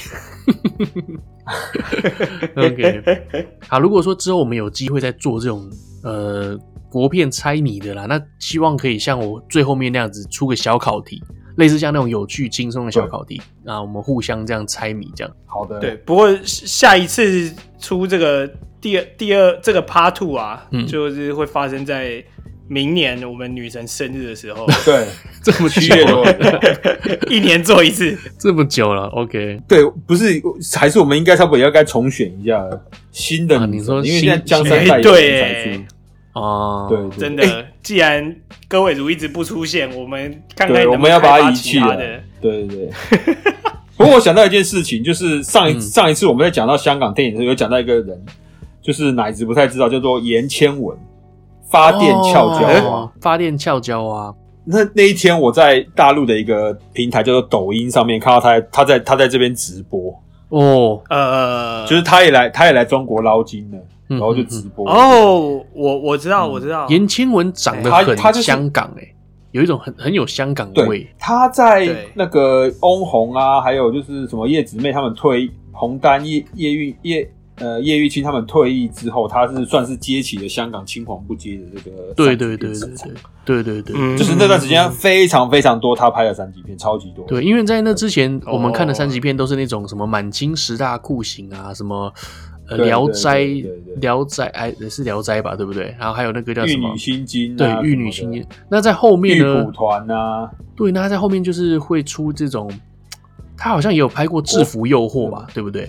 S1: OK，好，如果说之后我们有机会再做这种呃国片猜谜的啦，那希望可以像我最后面那样子出个小考题，类似像那种有趣轻松的小考题，
S2: 嗯
S1: 啊，我们互相这样猜谜这 样。
S2: 好的，
S3: 对，，不过下一次出这个第二第二这个 Part Two 啊，
S1: 嗯
S3: 就是会发生在明年我们女神生日的 时候，
S2: 对，
S1: 这么
S2: 七
S1: 久
S2: 月
S1: 了，
S2: 多，
S3: 一年做一次。
S1: 这么久了，OK，
S2: 对，不是，还是我们应该差不多也要该重选一下新的
S1: 啊你
S2: 女生，
S1: 说
S2: 因为
S1: 新
S2: 现在江山
S3: 哎
S2: 代
S3: 对
S2: 言才出
S3: 哎，
S1: 哦，
S2: 对，哎对
S3: 真的，既然戈伟如一直不出现，我们看看
S2: 对，我
S3: 能不
S2: 们
S3: 能
S2: 要
S3: 开
S2: 把
S3: 发
S2: 它遗
S3: 其
S2: 弃
S3: 他
S2: 了
S3: 的。。
S2: 对对对。 不过我想到一件事情，就是上一、
S1: 嗯
S2: 上一次我们在讲到香港电影的时候，有讲到一个人，就是奶子不太知道，叫做严千文，发电翘
S1: 哦
S2: 脚蛙。
S1: 发电翘胶啊，
S2: 那那一天我在大陆的一个平台叫做抖音上面看到他，他在他在这边直播，
S1: 哦，
S3: 呃，
S2: 就是他也来，他也来中国捞金了，
S1: 嗯
S2: 然后就直播。
S3: 哦，我我知道，我知
S2: 嗯
S3: 道，
S1: 严清文长得
S2: 哦他他就
S1: 很
S2: 是
S1: 香港哎、有一种很很有香港
S2: 对
S1: 味，，
S2: 他在
S3: 对
S2: 那个翁虹啊，还有就是什么叶子妹他们退红丹、叶叶玉叶呃叶玉卿他们退役之后，他是算是接起了香港青黄不接的这个
S1: 对
S2: 三级
S1: 对
S2: 片
S1: 对
S2: 市
S1: 对
S2: 场
S1: 对对对对。
S3: 嗯
S2: 就是那段时间非常非常多他拍的三级片，超级多。
S1: 对，因为在那之前，
S3: 哦
S1: 我们看的三级片都是那种什么满清十大酷刑啊，什么呃《
S2: 对
S1: 聊斋
S2: 对对对》
S1: 《聊斋》哎是《聊斋》吧，对不对？然后还有那个叫
S2: 玉
S1: 什么
S2: 女？心经、啊，
S1: 对，《玉女心经》。那在后面
S2: 玉
S1: 呢
S2: 蒲？团啊，
S1: 对，那在后面就是会出这种，他好像也有拍过《制服诱惑》吧，对不对？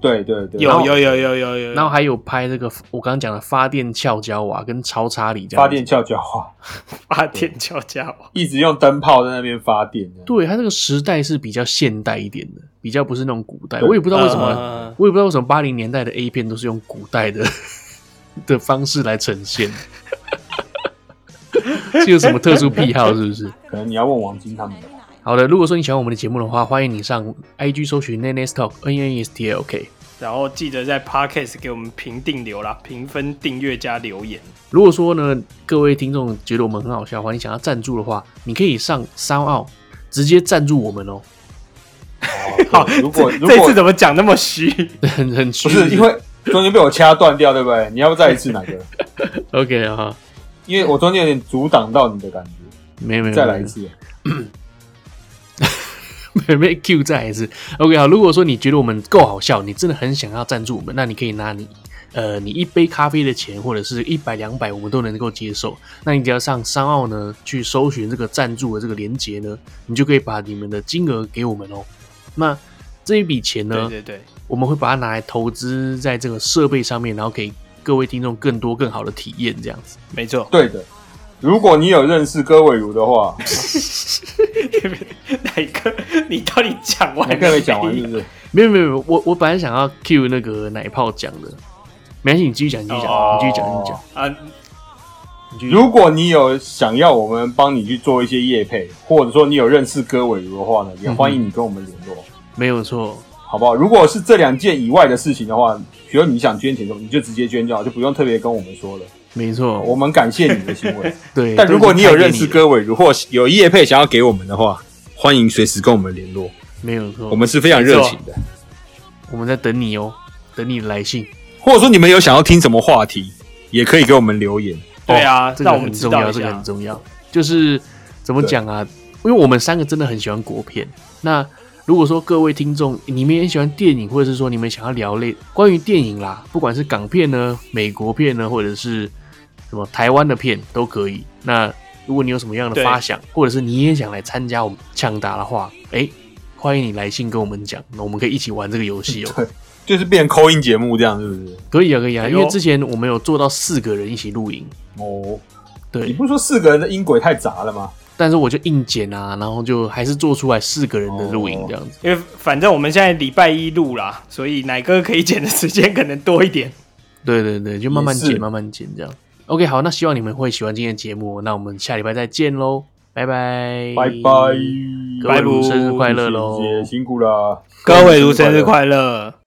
S2: 对对对，
S3: 有
S2: 然后
S3: 有有有有有，
S1: 然后还有拍这个我刚刚讲的发电俏娇娃跟超查理这样。
S2: 发电。俏娇娃，
S3: 发电叫家伙，
S2: 一直用灯泡在那边发电。
S1: 对，他这个时代是比较现代一点的，比较不是那种古代。
S2: 对嗯
S1: 我也不知道为什么，
S3: 呃
S1: 我也不知道为什么八零年代的 A 片都是用古代的的方式来呈现。是有什么特殊癖好是不是？
S2: 可能你要问王晶他们吧。
S1: 好的，如果说你喜欢我们的节目的话，欢迎你上 IG 搜寻 Nene Talk N N S T L K。
S3: 然后记得在 podcast 给我们评定留啦，评分、订阅加留言。
S1: 如果说呢，各位听众觉得我们很好笑的话，你想要赞助的话，你可以上三奥直接赞助我们哦，
S2: 哦对如果
S3: 这
S2: 如
S3: 这次
S2: 果
S3: 怎么讲那么虚？
S1: 很很虚
S2: 不是因为 中间被我掐断掉，对不对？你要不再一次哪个？
S1: OK 啊，
S2: 因为我中间有点阻挡到你的感觉，
S1: 没有没有，
S2: 再来一次。
S1: 没有，没有 Q 再来一次。OK 好，如果说你觉得我们够好笑，你真的很想要赞助我们，那你可以拿你呃你一杯咖啡的钱，或者是一百两百，我们都能够接受。那你只要上商澳呢去搜寻这个赞助的这个连接呢，你就可以把你们的金额给我们哦。那这一笔钱呢，
S3: 对对对，
S1: 我们会把它拿来投资在这个设备上面，然后给各位听众更多更好的体验，这样子。
S3: 没错。
S2: 对的，如果你有认识戈伟如 的话，
S3: 哪一个？你到底讲完？
S2: 还可以讲完 是不是？
S1: 没有没有，没有我我本来想要 cue 那个奶泡讲的，没关系，你继续讲，你继续讲，
S3: 哦
S1: 你继续讲，你继续讲
S3: 啊？
S1: 你继续讲。
S2: 如果你有想要我们帮你去做一些业配，或者说你有认识戈伟如的话呢，也
S1: 嗯
S2: 欢迎你跟我们联络，
S1: 没有错，
S2: 好不好？如果是这两件以外的事情的话，比如你想捐钱的时候，你就直接捐就好，就不用特别跟我们说了。
S1: 没错，
S2: 我们感谢你的行 为。
S1: 对。
S2: 但如果你有认识
S1: 歌，
S2: 歌伟，如或有业配想要给我们的话，欢迎随时跟我们联络，
S1: 没有错，
S2: 我们是非常热情的。
S1: 我们在等你哦，等你来信。
S2: 或者说你们有想要听什么话题，也可以给我们留言。
S3: 对啊，
S1: 哦这
S3: 让
S1: 个
S3: 我
S1: 很
S3: 们知
S1: 重
S3: 道
S1: 要，
S3: 一
S1: 这个
S3: 下
S1: 很。重要。就是怎么讲啊？因为我们三个真的很喜欢国片。那如果说各位听众你们也喜欢电影，或者是说你们想要聊类关于电影啦，不管是港片呢、美国片呢，或者是什么台湾的片都可以。那如果你有什么样的
S3: 对
S1: 发想，或者是你也想来参加我们抢答的话，哎，欢迎你来信跟我们讲，那我们可以一起玩这个游戏哦。
S2: 就是变扣音节目这样，是不是？
S1: 可以啊，可以啊，
S3: 哎
S1: 因
S3: 呦
S1: 为之前我们有做到四个人一起露营，
S2: 哦，你
S1: 对，哎
S2: 不是说四个人的音轨太杂了吗？
S1: 但是我就硬剪啊，然后就还是做出来四个人的露
S2: 哦
S1: 营这样子。
S3: 因为反正我们现在礼拜一录啦，所以奶哥可以剪的时间可能多一点。
S1: 对对对，就慢慢
S2: 也
S1: 剪，
S2: 是
S1: 慢慢剪这样。OK，好，那希望你们会喜欢今天的节目，那我们下礼拜再见喽，拜拜，
S2: 拜拜，
S1: 各位
S3: 拜拜
S1: 生日快乐喽！
S2: 谢谢辛苦了，
S3: 各位如生日快乐！